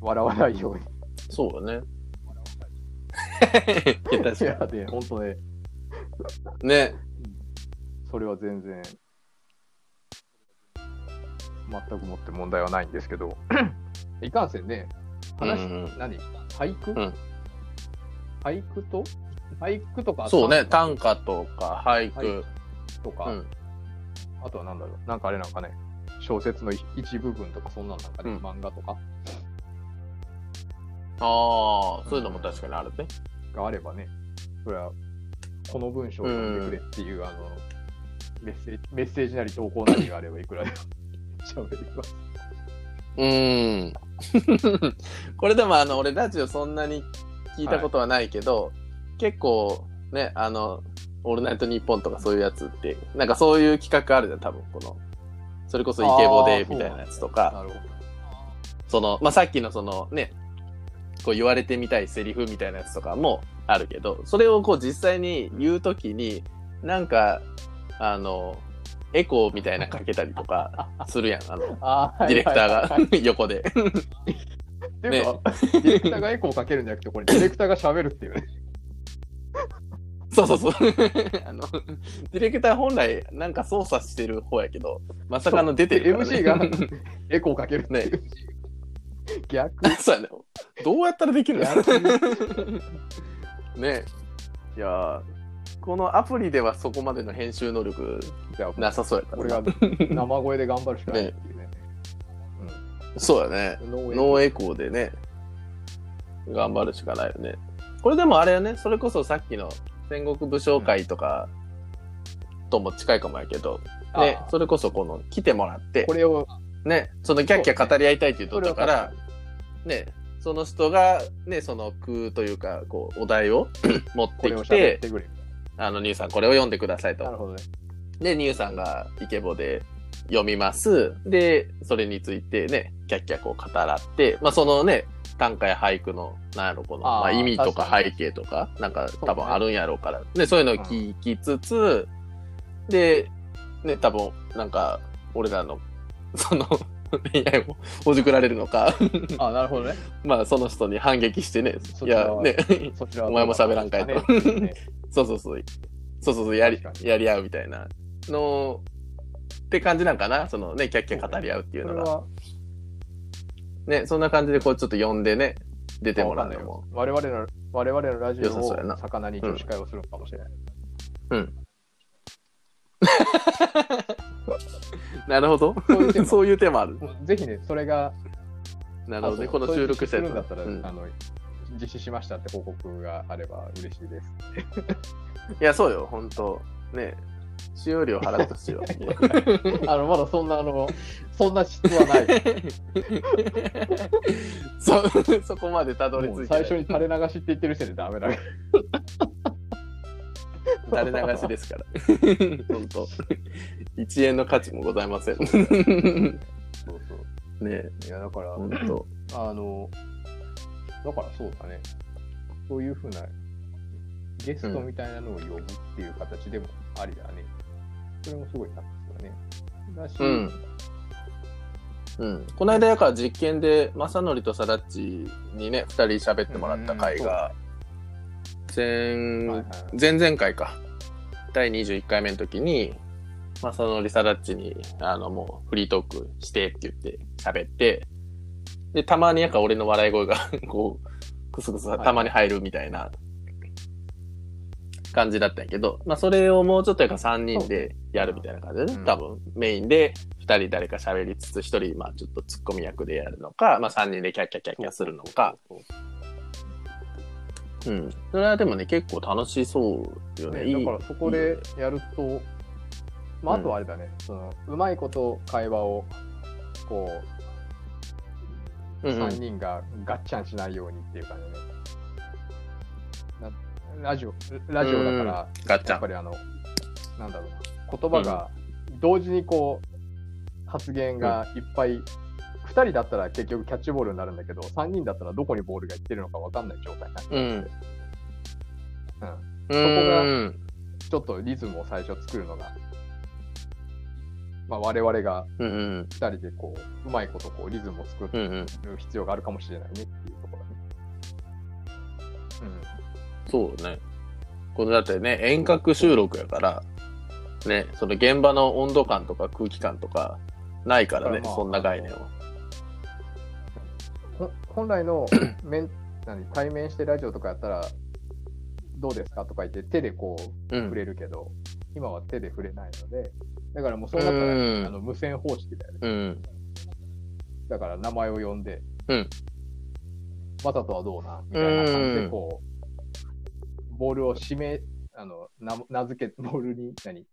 笑わないように。そうだね。 いやい確やかで、本当ね、に。ね。それは全然、全くもって問題はないんですけ ど、いかんせんね、話、うんうん何俳句、ん俳句と俳句とか、そうね。短歌とか俳俳句。とか、うんあとはなんだろう、なんかあれなんかね、小説の一部分とか、そんなんなんかね、うん漫画とかああ、そういうのも確かにあるね。があればね、それは、この文章を読んでくれっていう、あの、メッセージ、メッセージなり投稿なりがあればいくらでも 喋ります。うーん。これでもあの、俺ラジオそんなに聞いたことはないけど、結構ね、あの、オールナイトニッポンとかそういうやつって、なんかそういう企画あるじゃん、多分この。それこそイケボであーみたいなやつとか、なるほど。その、まあ、さっきのそのね、こう言われてみたいセリフみたいなやつとかもあるけど、それをこう実際に言うときに、なんか、あの、エコーみたいなかけたりとかするやん、 あの、あーディレクタはーいはいはいが 横で。っていうか、ディレクターがエコーかけるんじゃなく て、これディレクターが喋るっていうね。そうそう そう。あの、ディレクター本来なんか操作してる方やけど、まさかの出てるから、ね。 MC がエコーかけるっていう。逆 そうやね。どうやったらできるやるのねいやーこのアプリではそこまでの編集能力じゃあなさそうやから俺が生声で頑張るしかないっていうね。そうやね。ノーエコノーエコーでね、頑張るしかないよね。これでもあれよね、それこそさっきの戦国武将会とかとも近いかもやけど、あねー、それこそこの来てもらってこ、れを、ね、そのキャッキャ語り合いたいって言っとこっれたをから、ね、その人が、ね、その空というか、こう、お題を 持っこてれをき喋てっ、てくれ。あの、ニューさんこれを読んでくださいとな。るほどね。で、ニューさんがイケボで読みます。で、それについてね、キャッキャこう語らって、まあそのね、短歌や俳句の、なんやろ、この、あーまあ意味とか確か背に景とか、なんかね多分あるんやろうから、で、そういうのを聞きつつ、で、ね、多分、なんか、俺らの、 その、恋愛をほじくられるのか、 あ、なるほどね。ままあその人に反撃してね、そいちらや、はね、そちらはお前も喋らんかいとね ねそうそうそう。そうそうそう、やり確か、にやり合うみたいなの、って感じなんかなそのね、キャッキャ語り合うっていうそのれが。は、ね、そんな感じでこうちょっと呼んでね、出てもらうのわも。かんないよ我々の、我々のラジ良さオそうやなを魚に女子会をするのかもしれない。なるほどそういうテー。マそういう手もある。もうぜひね、それが、なるほどね。あこの収録したそういやう実施するんだっつたら、うんあの、実施しましたって報告があれば嬉しい です。いや、そうよ、本当ね、使用料払うとしよう。あの、まだそんな、あの、 そんな質はない。そ、 そこまでたどりも着ういてな最初いに垂れ流しって言ってる時点でダメだ から。垂れ流しです から。本当1円の価値もございません。 そうそう。ねいや、だから、本当あの、だからそうだね。そういうふうな、ゲストみたいなのを呼ぶっていう形でもありだね。それもすごい楽しいよね。だし、うん。うん、この間やから実験で正則とサラッチにね2人喋ってもらった回が前,、はいはい前々回か第21回目の時に正則サラッチにあのもうフリートークしてって言って喋ってでたまにやから俺の笑い声が こうクスクスたまに入るみたいな感じだったんやけど、まあ、それをもうちょっとやから3人でやるみたいな感じでね、うん多分メインで2人誰か喋りつつ1人まあちょっとツッコミ役でやるのか、まあ、3人でキャッキャキャッキャするのかうんそれはでもね結構楽しそうよねいね、いだからそこでやると、まあ、あとはあれだね、そのうまいこと会話をこううんうん3人がガッチャンしないようにっていう感じね、なラジオラジオだからガッチやっャぱンりあのなんだろうな言葉が同時にこう発言がいっぱい、2人だったら結局キャッチボールになるんだけど3人だったらどこにボールがいってるのか分かんない状態になるうんがうんちょっとリズムを最初作るのが、まあ、我々がうんうん2人でこううまいことこうリズムを作うんうんる必要があるかもしれないねっていうところだね。そうね。このだってね、遠隔収録やから、ね、その現場の温度感とか空気感とかないからね、だからまあそんな概念を。うん、ほ本来 の面何対面してラジオとかやったらどうですかとか言って手でこううん触。れるけど、今は手で触れないのでだからもうそうなったら、うんあの無線方式だよねうん。だから名前を呼んで、うんわざとはどうなみたいな感じでこう、ボールを指名、あのな名付け、 ボールに何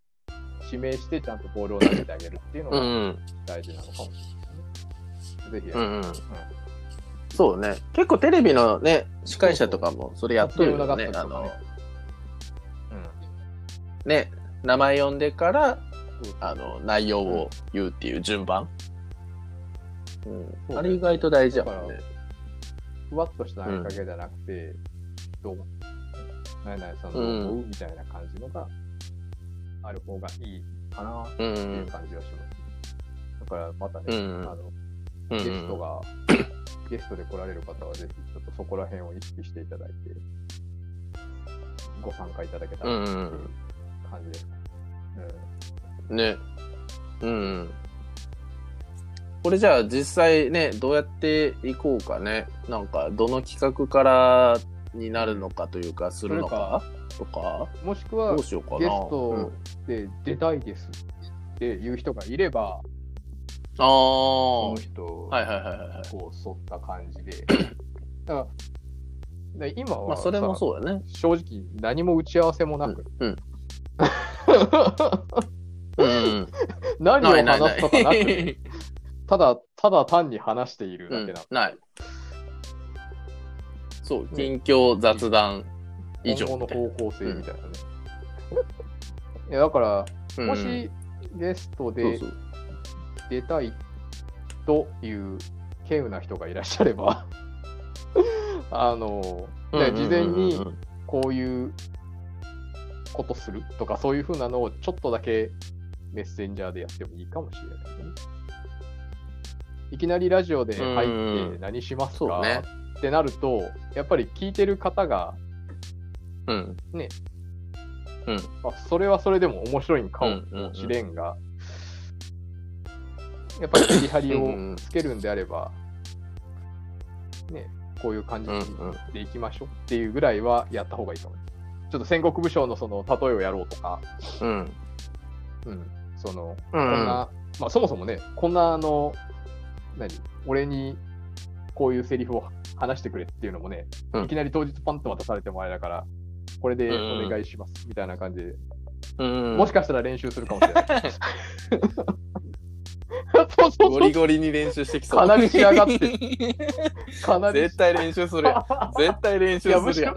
指名してちゃんとボールを投げてあげるっていうのうんがうん。大事なのかもしれないね。ぜひやうる、んうん。そうね。結構テレビのね、司会者とかもそれやっそてれるをよね流。すあとかのね、。うんね、名前呼んでから、そうそうあの、内容を言うっていう順番。ううんん。あれ意外と大事やもんだねか。ふわっとした投げかけじゃなくて、どう何々さんどう思う、みたいな感じのがある方がいいかなっうんう。ていうん感じがします。だからまたね、うんうんあのうゲんうんストが、 ゲストで来られる方はぜひちょっとそこら辺を意識していただいて、ご参加いただけたうらっんうていんううん。感じですか。ね。うんうん。これじゃあ実際ね、どうやっていこうかね。なんか、どの企画からになるのかというか、するのかとか、うんもしくどはう、しようかな。ゲストで出たいですっていう人がいれば、ああ。こはのい人をはいはいはいはい。こう沿った感じ で。だからだから今はまあ、それもそうだね。さ正直何も打ち合わせもなく、 うんうんうんうん。何をないないな話すとかなくい。ただただ単に話しているだけな、うん、ない。そう、ね近況雑談以上今後のみたいな。方向性みたいなね、いやだからうんもしゲストそうでそう出たいという稀有な人がいらっしゃれば あの、うんうんねうんうん事前にこういうことするとかそういうふうなのをちょっとだけメッセンジャーでやってもいいかもしれないね。いきなりラジオで入って何しますそか、うねってなるとやっぱり聞いてる方がうん。あそれはそれでも面白いんかもしれんが、やっぱりメリハリうんうをんつけるんであれば、ね、こういう感じうんうんでいきましょうっていうぐらいはやった方がいいと思います。ちょっと戦国武将のその例えをやろうとか、うん。うん、そのうこんん。な、まあそもそもね、こんなあの、何、俺にこういうセリフを話してくれっていうのもね、うんいきなり当日パンと渡されてもあれだから、これでお願いしますみたいな感じで、うん。もしかかしたら練習するかもしれ ない。そうそうゴそうリゴリに練習してきそう。かなり仕上がってる。かなり 絶対練習 するやん。絶対練習するやん。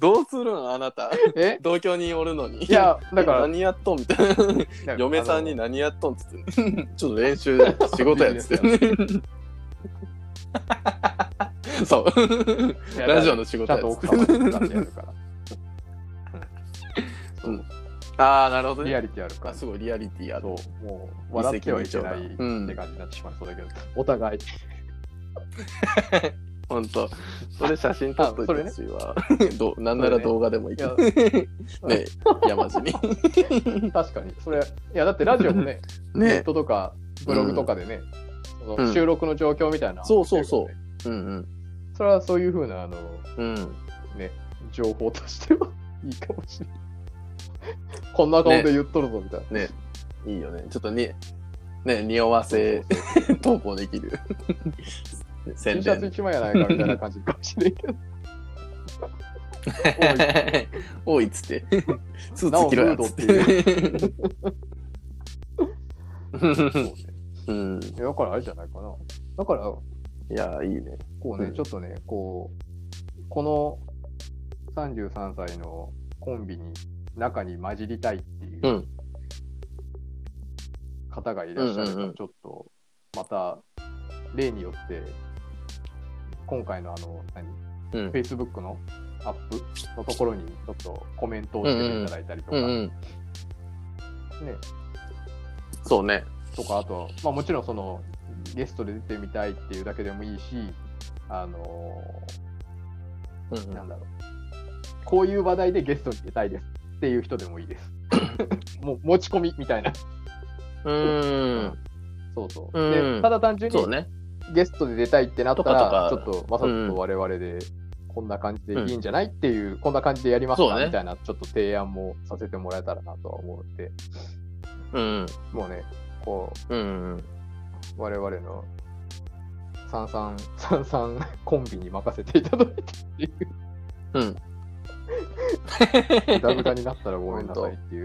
どうするんあなた。え同居におるのに。い、や、だから、何やっとんみたいな。だから嫁さんにあの何やっとんっつって、ちょっと練習、仕事やっ つっビて。そう。いやラジオの仕ち事ゃやんとっ奥つ様って。にやるから、 ああ、なるほどリアね。リティあるからあ、す。ごい、リアリティある。そう、もう、笑ってはいけないってう感んじになってしまいそうだけど、お互い。ほんと。それ写真撮っといてほしいわ。 どうなんなそられね動画でもいいいけやど。 ね山地に。 確かに。それ、いや、だってラジオもね、ネッ ねトとか、ブログとかでね、そのうん収録の状況みたいな、そうそうそうう。うんそれはそういうふうな、あの、うん。うん。ね、情報としてはいいかもしれない。 こんな顔で言っとるぞ、みたいな。ねいいよね。ちょっとに、ね、匂わせそうそうそう投稿できる。 宣 T シャツ伝。一枚やないか、みたいな感じかもしれんけ ど。おい多いっつ って。スなーおツ着ろやっムードつっってて。そうね うん。いやだからあれじゃないかな。だから、いや、いいね。こうね、うんちょっとね、こう、この33歳のコンビに中に混じりたいっていううん方がいらっしゃるうんうんうら、んちょっと、また、例によって、今回のあの、何うん。 Facebook のアップのところに、ちょっとコメントをつけていただいたりとか、うんうん。ね、そうね。とか、あと、まあもちろんその、ゲストで出てみたいっていうだけでもいいし、あのうんーうなんんだろう。こういう話題でゲストに出たいですっていう人でもいい です。もう持ち込みみたいな。うーん。そうそう。うんで、ただ単純そうにね。ゲストで出たいってなったら、とちょっかとかとまさと我々で、こんな感じでいいんじゃないっていう、こんな感じでやりますそうか、ねみたいなちょっと提案もさせてもらえたらなとは思うんで、うん。もうね、こう、うん。我々の三三三三コンビに任せていただいてっていううん。グダグダになったらごめんなさいっていう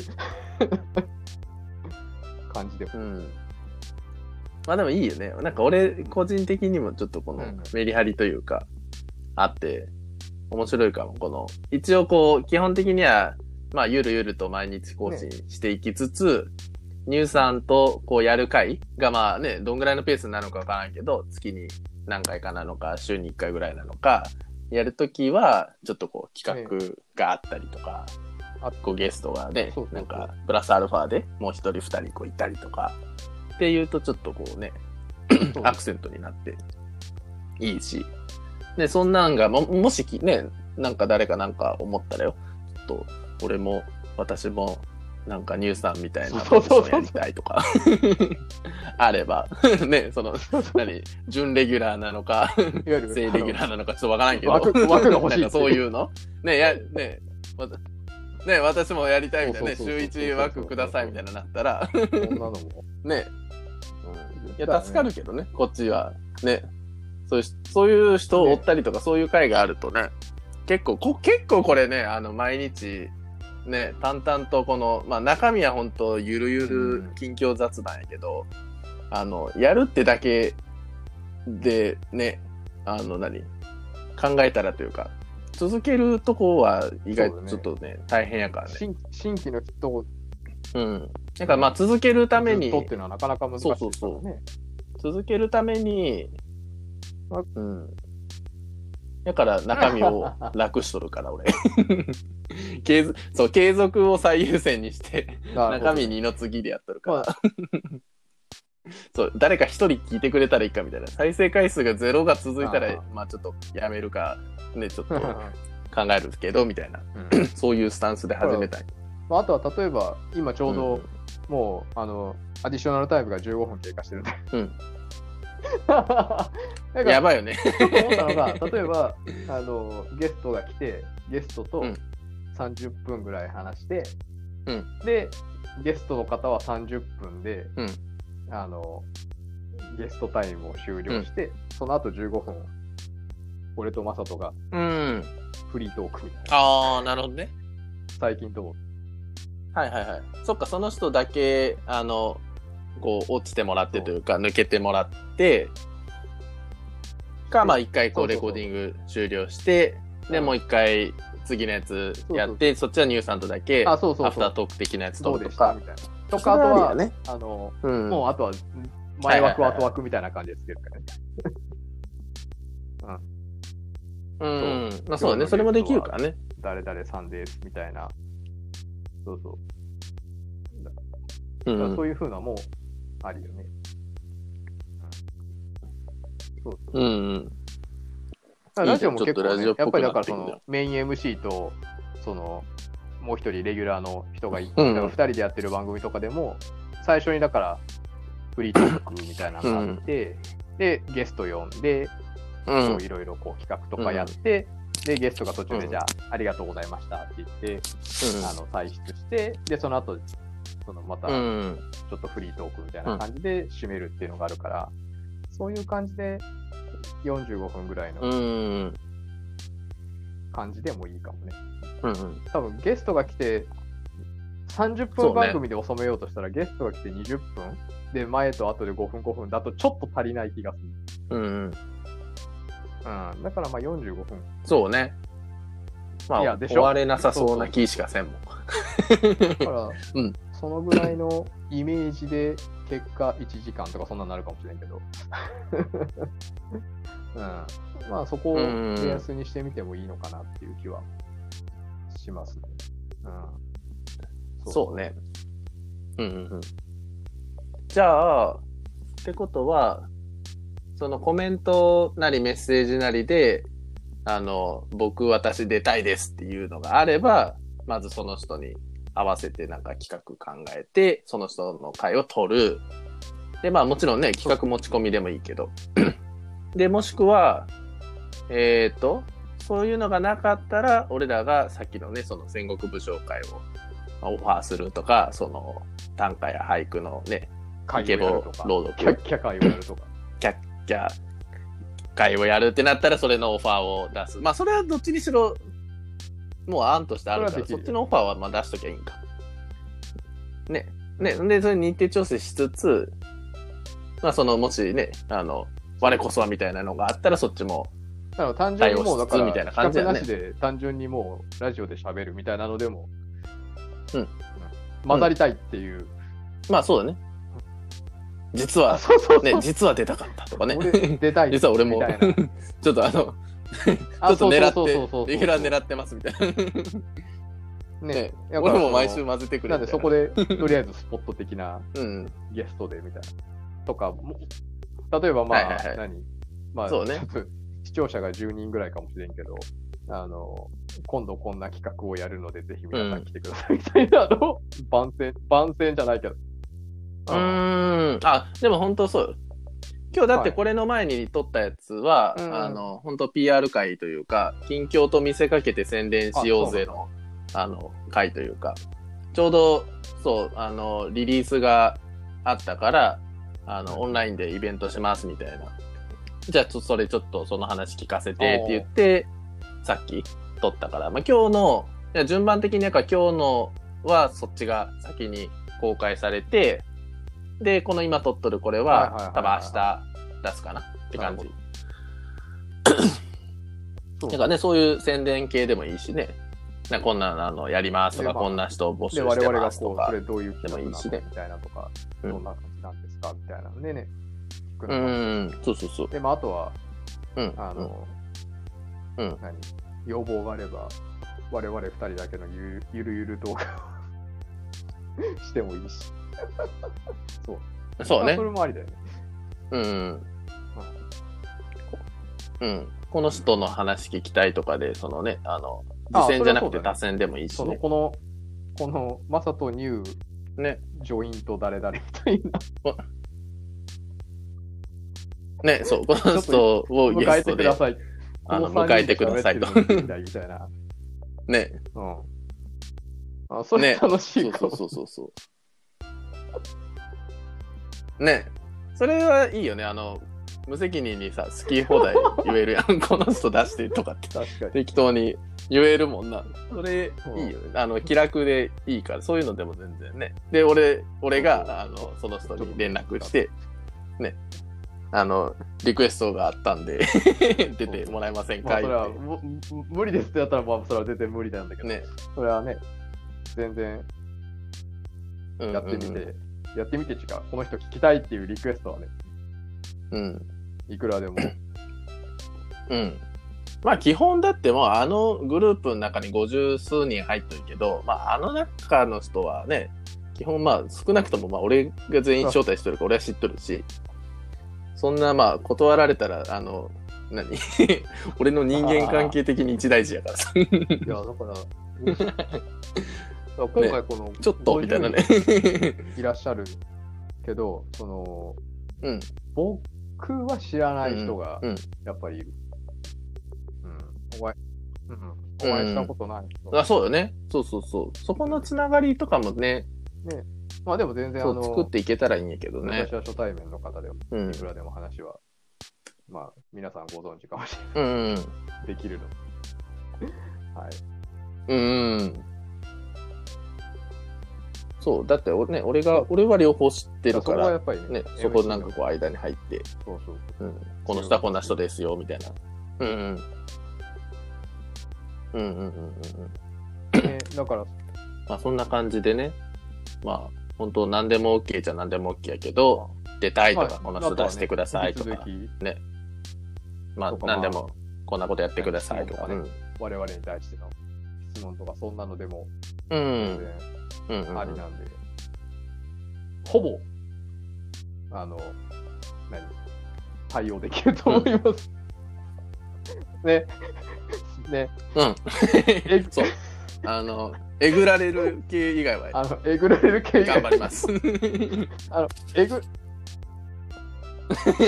感じでもうん。まあでもいいよね。なんか俺、個人的にもちょっとこのうんメリハリというか、あって、面白いかも。この、一応こう、基本的には、まあ、ゆるゆると毎日更新していきつつ、乳酸とこうやる回がまあね、どんぐらいのペースになるのかわからんけど、月に何回かなのか、週に1回ぐらいなのか、やるときは、ちょっとこう企画があったりとか、あこうゲストがねそうそうそ、うなんかプラスアルファでもう一人二人こういたりとか、っていうとちょっとこうね、そうアクセントになっていいし、で、そんなんが、ももしきね、なんか誰かなんか思ったらよ、ちょっと俺も私もなんか乳酸みたいなそうそうそうそうポジションやりたいとか、 あれば、 ね、その、何、準レギュラーなのか、いわゆる正レギュラーなのかちょっとわからんけど。枠枠が欲しいなんかそういうのねや、ねわたね私もやりたいみたいなね、そうそう週そうそう一枠くださいみたいななったら、あのこんなのも ねいや、助かるけどね、こっちは。ね。そういう、そういう人を追ったりとか、そういう会があるとね、結構こ、結構これね、あの、毎日、ね、淡々とこの、まあ、中身は本当ゆるゆる近況雑談やけど、あの、やるってだけで、ね、あの、何考えたらというか、続けるとこは意外とちょっとね、大変やからね。新新規の人をうん。だからまあ、続けるためにずっ、とっていうのはなかなか難しいですからね。そうそう続けるために、うん。だから中身 を楽しとるから、俺。 継続そう、継続を最優先に して、なるほど中身二の次でやっとるから。まあそう、誰か一人聞いてくれたらいいかみたいな。再生回数がゼロが続いたあら、まあちょっとやめるか、ね、ちょっと考えるけど、みたいな。 うんそういうスタンスで始めたい。まあ、あとは例えば、今ちょうど、もう、あの、アディショナルタイムが15分経過してるんで。うん。 だかやら、ばいよね。ちょっと思ったのが、例え ば、あの、ゲストが来て、ゲストとうん30分ぐらい話して、うんで、ゲストの方は30分で、うんあの、ゲストタイムを終了して、その後15分、俺とマサトがうん。フリートークみたいな。ああ、なるほどね。最近どうはいはいはい。そっか、その人だけ、あの、こう、落ちてもらってというか、抜けてもらって、か、まあ一回こうそうレそうコそうーディング終了して、で、もう一回次のやつやって、そっちはニューさんとだけ、あ、そうそアうフそうター。トーク的なやつどとうとでしたかみ。たいな。ととか、あとは、ね、あの、うん。もうあとは前枠は後枠みたいな感じですけどね。うん。まあそうだね、それもできるからね。誰々さんですみたいな。そうそう。うだからんそ。ういう風なもあるよね。うんうん。だからラジオも結構、ちょっとラね、ジオやっぽっぱくりなだかっらてそくるなのメイン MC と、その、もう一人レギュラーの人がいて、うんだから二人でやってる番組とかでも、最初にだから、フリートークみたいなのがあって、で、ゲスト呼んで、うそんう。いろいろこう企画とかやって、で、ゲストが途中で、じゃあ、ありがとうございましたって言って、あの退出して、で、その後、そのまたうちん。ょっとフリートークみたいな感じで締めるっていうのがあるから、そういう感じで45分ぐらいうん。うのん。感じでもいいかもね。うん。多分ゲストが来て30そうね分番組で収めようとしたら、ゲストが来て20分で前と後で5分5分だとちょっと足りない気がする。うん。うん、だからまあ45分。そうね。まあ、いやでしょ終われなさそうな気しかせんもん。だから、うんそのぐらいのイメージで結果1時間とかそんなになるかもしれんけど、 うん、まあそこを目安にしてみてもいいのかなっていう気はしますね。うん、そうね。うんうんうん。じゃあ、ってことは、そのコメントなりメッセージなりで、あの、僕、私出たいですっていうのがあれば、まずその人に合わせてなんか企画考えて、その人の回を取る。で、まあもちろんね、企画持ち込みでもいいけど。で、もしくは、えっ、と、そういうのがなかったら、俺らがさっきのね、その戦国武将会をまあオファーするとか、その短歌や俳句のね、会イをやケボるとか、朗キャ読ッキャ会をやるとか。キャッキャ会をやるってなったらそれのオファーを出すまあそれはどっちにしろもう案としてあるそかれらはできそるっちのオファーはまあ出しときゃいいんかねねでそれ日程調整しつつまあそのもしねあの 我こそはみたいなのがあったらそっちもだから単純にもうだか対応しつつみたら、いな感じ企だ画ねなしで単純にもうラジオで喋るみたいなのでも、うん混ざりたいっていう。まあそうだね実はそうそうそうね実は出たかったとかね 俺出たい 実は俺みもたいなちょっとあのちょあっとそうそうそう狙そうそっうてレギュラー狙ってますみたいな ねだから俺も毎週混ぜてくれなんみでたそいこでとりあえずスポット的なうんゲストでみたいな。とかも、例えばまあ、はいはいはい何まあ、そうね多分視聴者が10人ぐらいかもしれんけど、あの、今度こんな企画をやるので、ぜひ皆さん来てくださいみたいな のを、番宣、番宣じゃないけど。うーん。あ、でも本当そうよ。今日だってこれの前に撮ったやつは、はいうんあの、本当 PR 会というか、近況と見せかけて宣伝しようぜの、あの、会というか、ちょうど、そう、あの、リリースがあったから、あの、オンラインでイベントしますみたいな。じゃあ、ちょそれちょっとその話聞かせてって言って、さっき撮ったから、まあ今日の、いや順番的になんか今日のはそっちが先に公開されて、で、この今撮っとるこれはいはいはいは、はい多分明日出すかなって感じ。 そうなんかね、そういう宣伝系でもいいしね。なんかこんなのあのやりますとでか、まあこんな人を募集で、し我て々まがすことう、そかれ。どういう企画でもいいなしのねかみたいなとか、うんどんな感じなんですかみたいなのでね、作うるのがん、そうそうそう。で、まあ、あとは、うん。あの、うん何要望があれば、我々二人だけのゆるゆるゆる動画を してもいいし。そう。うんそうまあねそ。れもありだよね。うん。うん。この人の話聞きたいとかで、そのね、あの、あ次戦じゃなくそれてはそうだね多戦でもいいしその、ね。この、この、マサとニュー、ね。ジョインと誰々みたいな、ね、そう、この人をゲ 迎えスてトくでだ、さい。あの、こ三人迎えてくださいと喋。ってるの見てみたいみたいな。ね。うん。あ、それね楽しそいうかそも。うそうそうね。それはいいよね。あの、無責任にさ、好き放題言えるやん。この人出してとかって。確かに。適当に言えるもんな。それ、いいよね。あの、気楽でいいから、そういうのでも全然ね。で、俺、俺が、あの、その人に連絡して、ね、あの、リクエストがあった んで、出てもらえませんまかあ、っそれては、むむ無理ですってやったら、まあ、それは全然無理なんだけど、ね。それはね、全然うんやってみて、やってみて違う。この人聞きたいっていうリクエストはね、うん。いくら でも。うん。まあ基本だってもうあのグループの中に50数人入ってるけど、まああの中の人はね、基本まあ少なくともまあ俺が全員招待してるから俺は知っとるし、そんなまあ断られたら、あの、何 俺の人間関係的に一大事やからさ。いや、だから、うんだから 今回この、ちょっとみたいなね。いらっしゃるけど、その、うん。僕は知らない人が うん。やっぱりいる。うん。お会い、うん。お会いしたことない人。あ、そうよね。そうそうそう。そこのつながりとかもね、まあでも全然、あそうの、作っていけたらいいんやけどね私。は初対面の方でも、うい。んくらでも話は、まあ、皆さんご存知かもしれうんうん。ない。できるの。はい。うん。そう、だって俺,、ね、俺が、俺は両方知ってるそかこはやら、っぱりねね、、そこ MC なんかこう間に入って、そうそううん、この人はこんな人ですよ、みたいな。うんうん。うんうんうんうんうん。そう。ね、だから、まあそんな感じでね、まあ本当何でも OK じゃ何でも OK やけど、出たいとか、まあこの人出してくださいと引きか、続き、まあとか何でもこんなことやってくださいとかね。我々に対しての質問とか、そんなのでも、う全ん。然うんうんうんありなんで、ほぼ、あの、何、対応できると思います。ね、ね、うん。えぐ そう。あの、えぐられる系以外はあの、えぐられる系頑が張、ります。えぐ、ち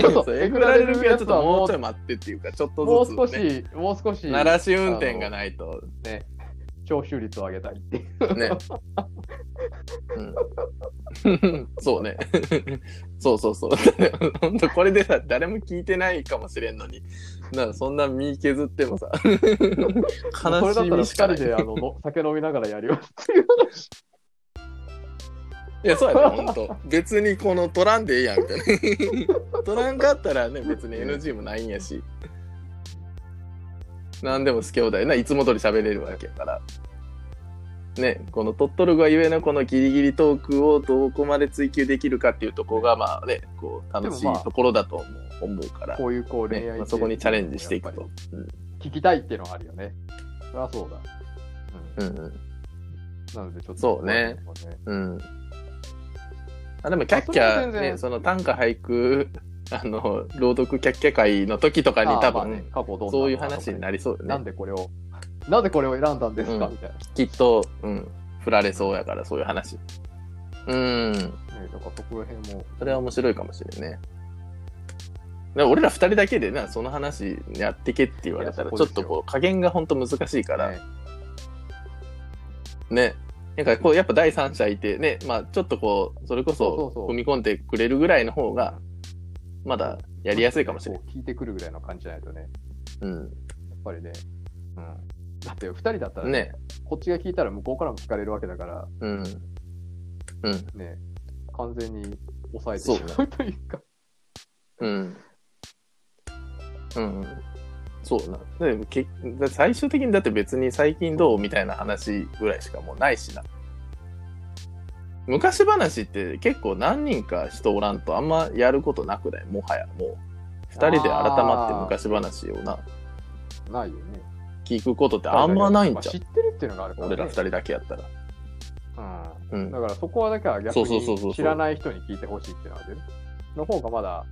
ょっとえぐられるけど、ちょっともうちょい待ってっていうか、ちょっもとうずつ、ね。少し、もう少し、鳴らし運転がないと、ね、徴収率を上げたいっていう。ね。うん、そうね。 そうそう そう。本当これでさ、誰も聞いてないかもしれんのに、なんかそんな身削っても さ、こ悲れだしったらみ二しか人ない。であのの酒飲みながらやるよっていう。いや、そうやね、本当別にこの取らんでええやん、みたいな。 取らんかったらね、別に NG もないんやし。なんでも好き放題な、いつも通り喋れるわけやから。ね、この鳥取がゆえのこのギリギリトークをどこまで追求できるかっていうところが、まあね、こう、楽しでもまあいところだと思う思うから、こういうこう恋愛ね系まあ、そこにチャレンジしていくやとっ。ぱり聞きたいっていうのがあるよね。そりゃそうだ。うんうんなのでちょっと。そうね。うん。うん。あ、でも、キャッキそれャ、は全然ね、その短歌俳句、 あの、朗読キャッキャ会の時とかにあ多まあ分、ね、過去どんなのかとかねそういう話になりそうよなねん。でこれを、なぜこれを選んだんですかうんみたいな。きっと、うん、振られそうやから、そういう話。うん、ね、だからそこら辺も。それは面白いかもしれんね。で俺ら二人だけでな、その話やってけって言われたいら、やちょそこっですよとこう、加減が本当難しいから、ねね。なんかこうやっぱ第三者いてね、まあ、ちょっとこうそれこそうそうそそう踏み込んでくれるぐらいの方がまだやりやすいかもしれない。こう聞いてくるぐらいの感じじゃないとね、うん、やっぱりね。うん、だって2人だったら、ね、こっちが聞いたら向こうからも聞かれるわけだから、うん、うん、ね、完全に抑えてしまうというか。うん、うん、そうな。でけ最終的にだって別に最近どうみたいな話ぐらいしかもうないしな。昔話って結構何人か人おらんとあんまやることなくないもはやもう二人で改まって昔話をなないよね。聞くことってあんまないんまあじゃ知んってるっていうのがあるから、ね。俺ら二人だけやったらう。うんんだからそこはだから逆そうそうそうそうに知らない人に聞いてほしいっていうのはあるよね。の方がまだ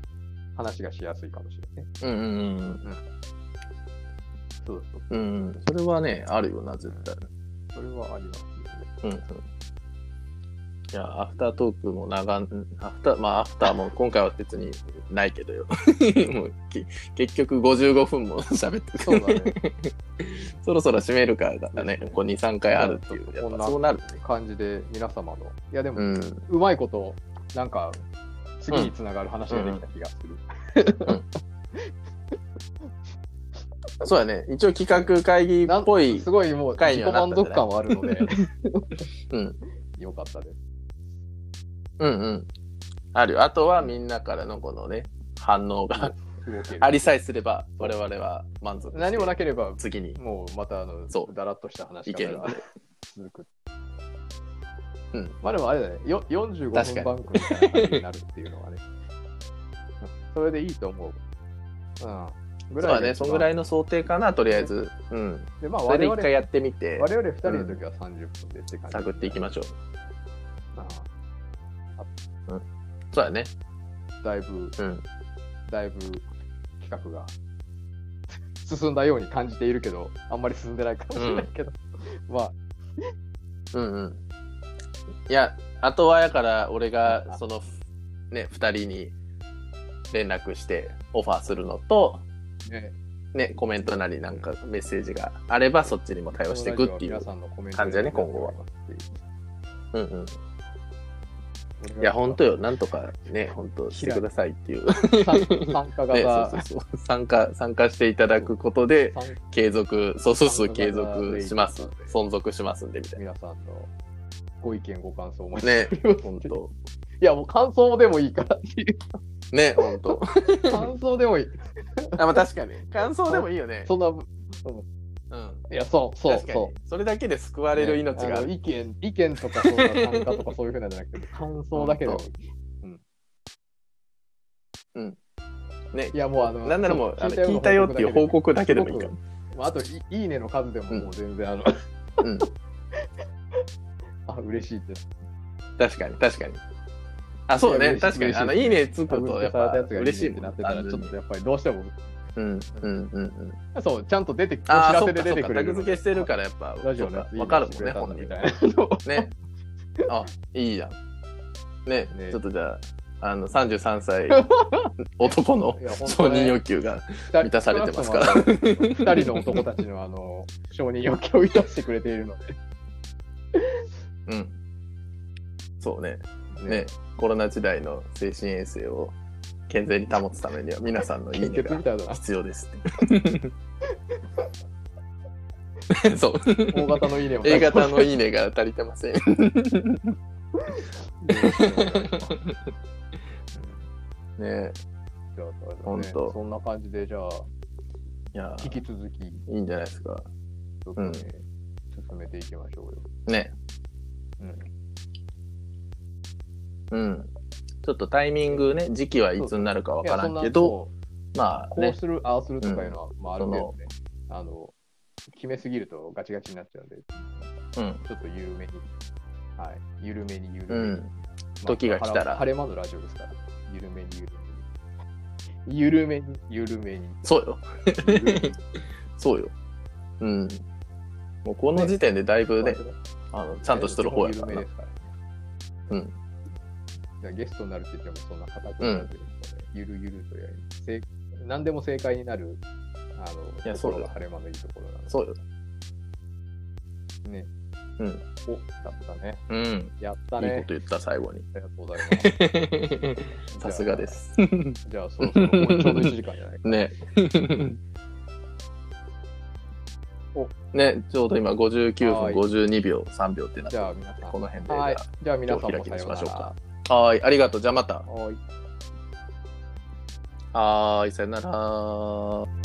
話がしやすいかもしれないね。うんうんうんそうそう。うんうんそれはねあるよな絶対それはありますよね。うんうんいやアフタートークも長んアフターまあアフターも今回は別にないけどよもうき結局55分も喋ってそうだるね。そろそろ締めるからだねここ23回あるっていうやっぱそうなるね感じで皆様の。いやでも、ううんまいこと、なんか、次につながる話ができた気がする。そうやね一応企画会議っぽいすごいもう回自に己はなったん満じゃない足感はあるので、 うんよかったです。うんうんあるよあとはみんなからのこのね反応が動けるありさえすれば我々は満足して何もなければ、次にもうまたあのそ、うだらっとした話いけがるまのだで続く。うんまあでもあれだね、よ45確か分番に組みたいな感じになるっていうのはね。 それでいいと思う。うん。ぐそうだがね一そ番んぐらいの想定かなとりあえずうんで、まあそれ我で々一回やってみて我々2人の時は30分でって感じ。探っていきましょううそうだねん。だいぶ、うんだいぶ企画が進んだように感じているけど、あんまり進んでないかもしれないけど。まあ、うんうんいやあとはやから俺がそのね2人に連絡してオファーするのとね、ねコメントなりなんかメッセージがあればそっちにも対応していくってい皆うさんのコメント感じだね今後は。うんうんいや本当よ。よなんとかね本当してくださいっていう参参加ね、型、そうそうそう参加参加していただくことで参加継続そうそうそ参う加継続しますレイヤー存続しますんでみたい皆さんのご意見、ご感想もなねます本当いや、もう感想でもいいからって いね本当う。感想でもいい。あまあ確かに感想でもいいよねそんな、うんいや、そう、そう、確かそにう。それだけで救われる命がああのる意見、意見とか、そうだ参加とかそういうふうなんじゃなくて、感想だけでもいい。ねいや、もうあの、なんならもうあのよ聞いたよっていう報告だけでもいいかまあ、あとい、いいねの数でも、もう全然、あの、らうん あ、嬉しいです。確かに確かにあそうだいやね嬉しい嬉確かにしいあのいいねつタくグと付けやっされたぱやつが嬉しねいってなもんってたら、単ちょ純っにとやっぱりどうしても、うんうんうんうんそう、ちゃんと出て、お知ああらそせっでか出そてっくかれるタのグ付けしてるからやっぱラジオそのやうついいねかわかるもしてんくねれたん本だ人みたい な。ね。 あ、いいじゃん。ね、ねちょっとじゃあ、あの、33歳 男のいや本当承ね認欲求が。満満たされてますから2人の男たちのあの承認欲求を満たしてくれているので、うん。そうね。ね、コロナ時代の精神衛生を健全に保つため には皆さんのいい献ね血がみたいだな必 要です って。そう。大型のいいねを A 型のいいねが足りてません。ねほんとそんな感じでじゃあいや、引き続きちいいんじゃないですか。ょっとねうん進めていきましょうよ、ね。うんうん。ちょっとタイミングね、時期はいつになるかわからんけど、いやまあそんなこうこうね、する、ああするとかいうのは、まあ、ある程度ねあの決めすぎるとガチガチになっちゃうんでうん、ちょっと緩めにはい緩めに緩うめに、ん、時が来たら晴れ間のラジオですから。緩めに緩めに。緩め にそうよ、緩めに。そうよ。うん。もうこの時点でだいぶね、 緩めにあのちゃんとしてる方やから緩めなで。すから。うん。じゃあゲストになるって言ってもそんな硬くなるということで、ゆるゆるとやりますせい何でも正解になる、あの、いとこやろそうだが晴れ間のいいところなので。そうよ。ね。うん。お、やったね。うん。やったいいこね。と言った、最後に。ありがとうございます。さすがです。じゃあ、そろそろもうちょうど1時間じゃないか。 ね。 おね、ちょうど今59は分い52秒、3秒ってなってじるゃあ、皆さん。この辺で。はいじゃ。じゃあ、皆さんもおさ開きによしうまな。しょうからあはーい、ありがとう。じゃあまた。はい。はーい、さよなら。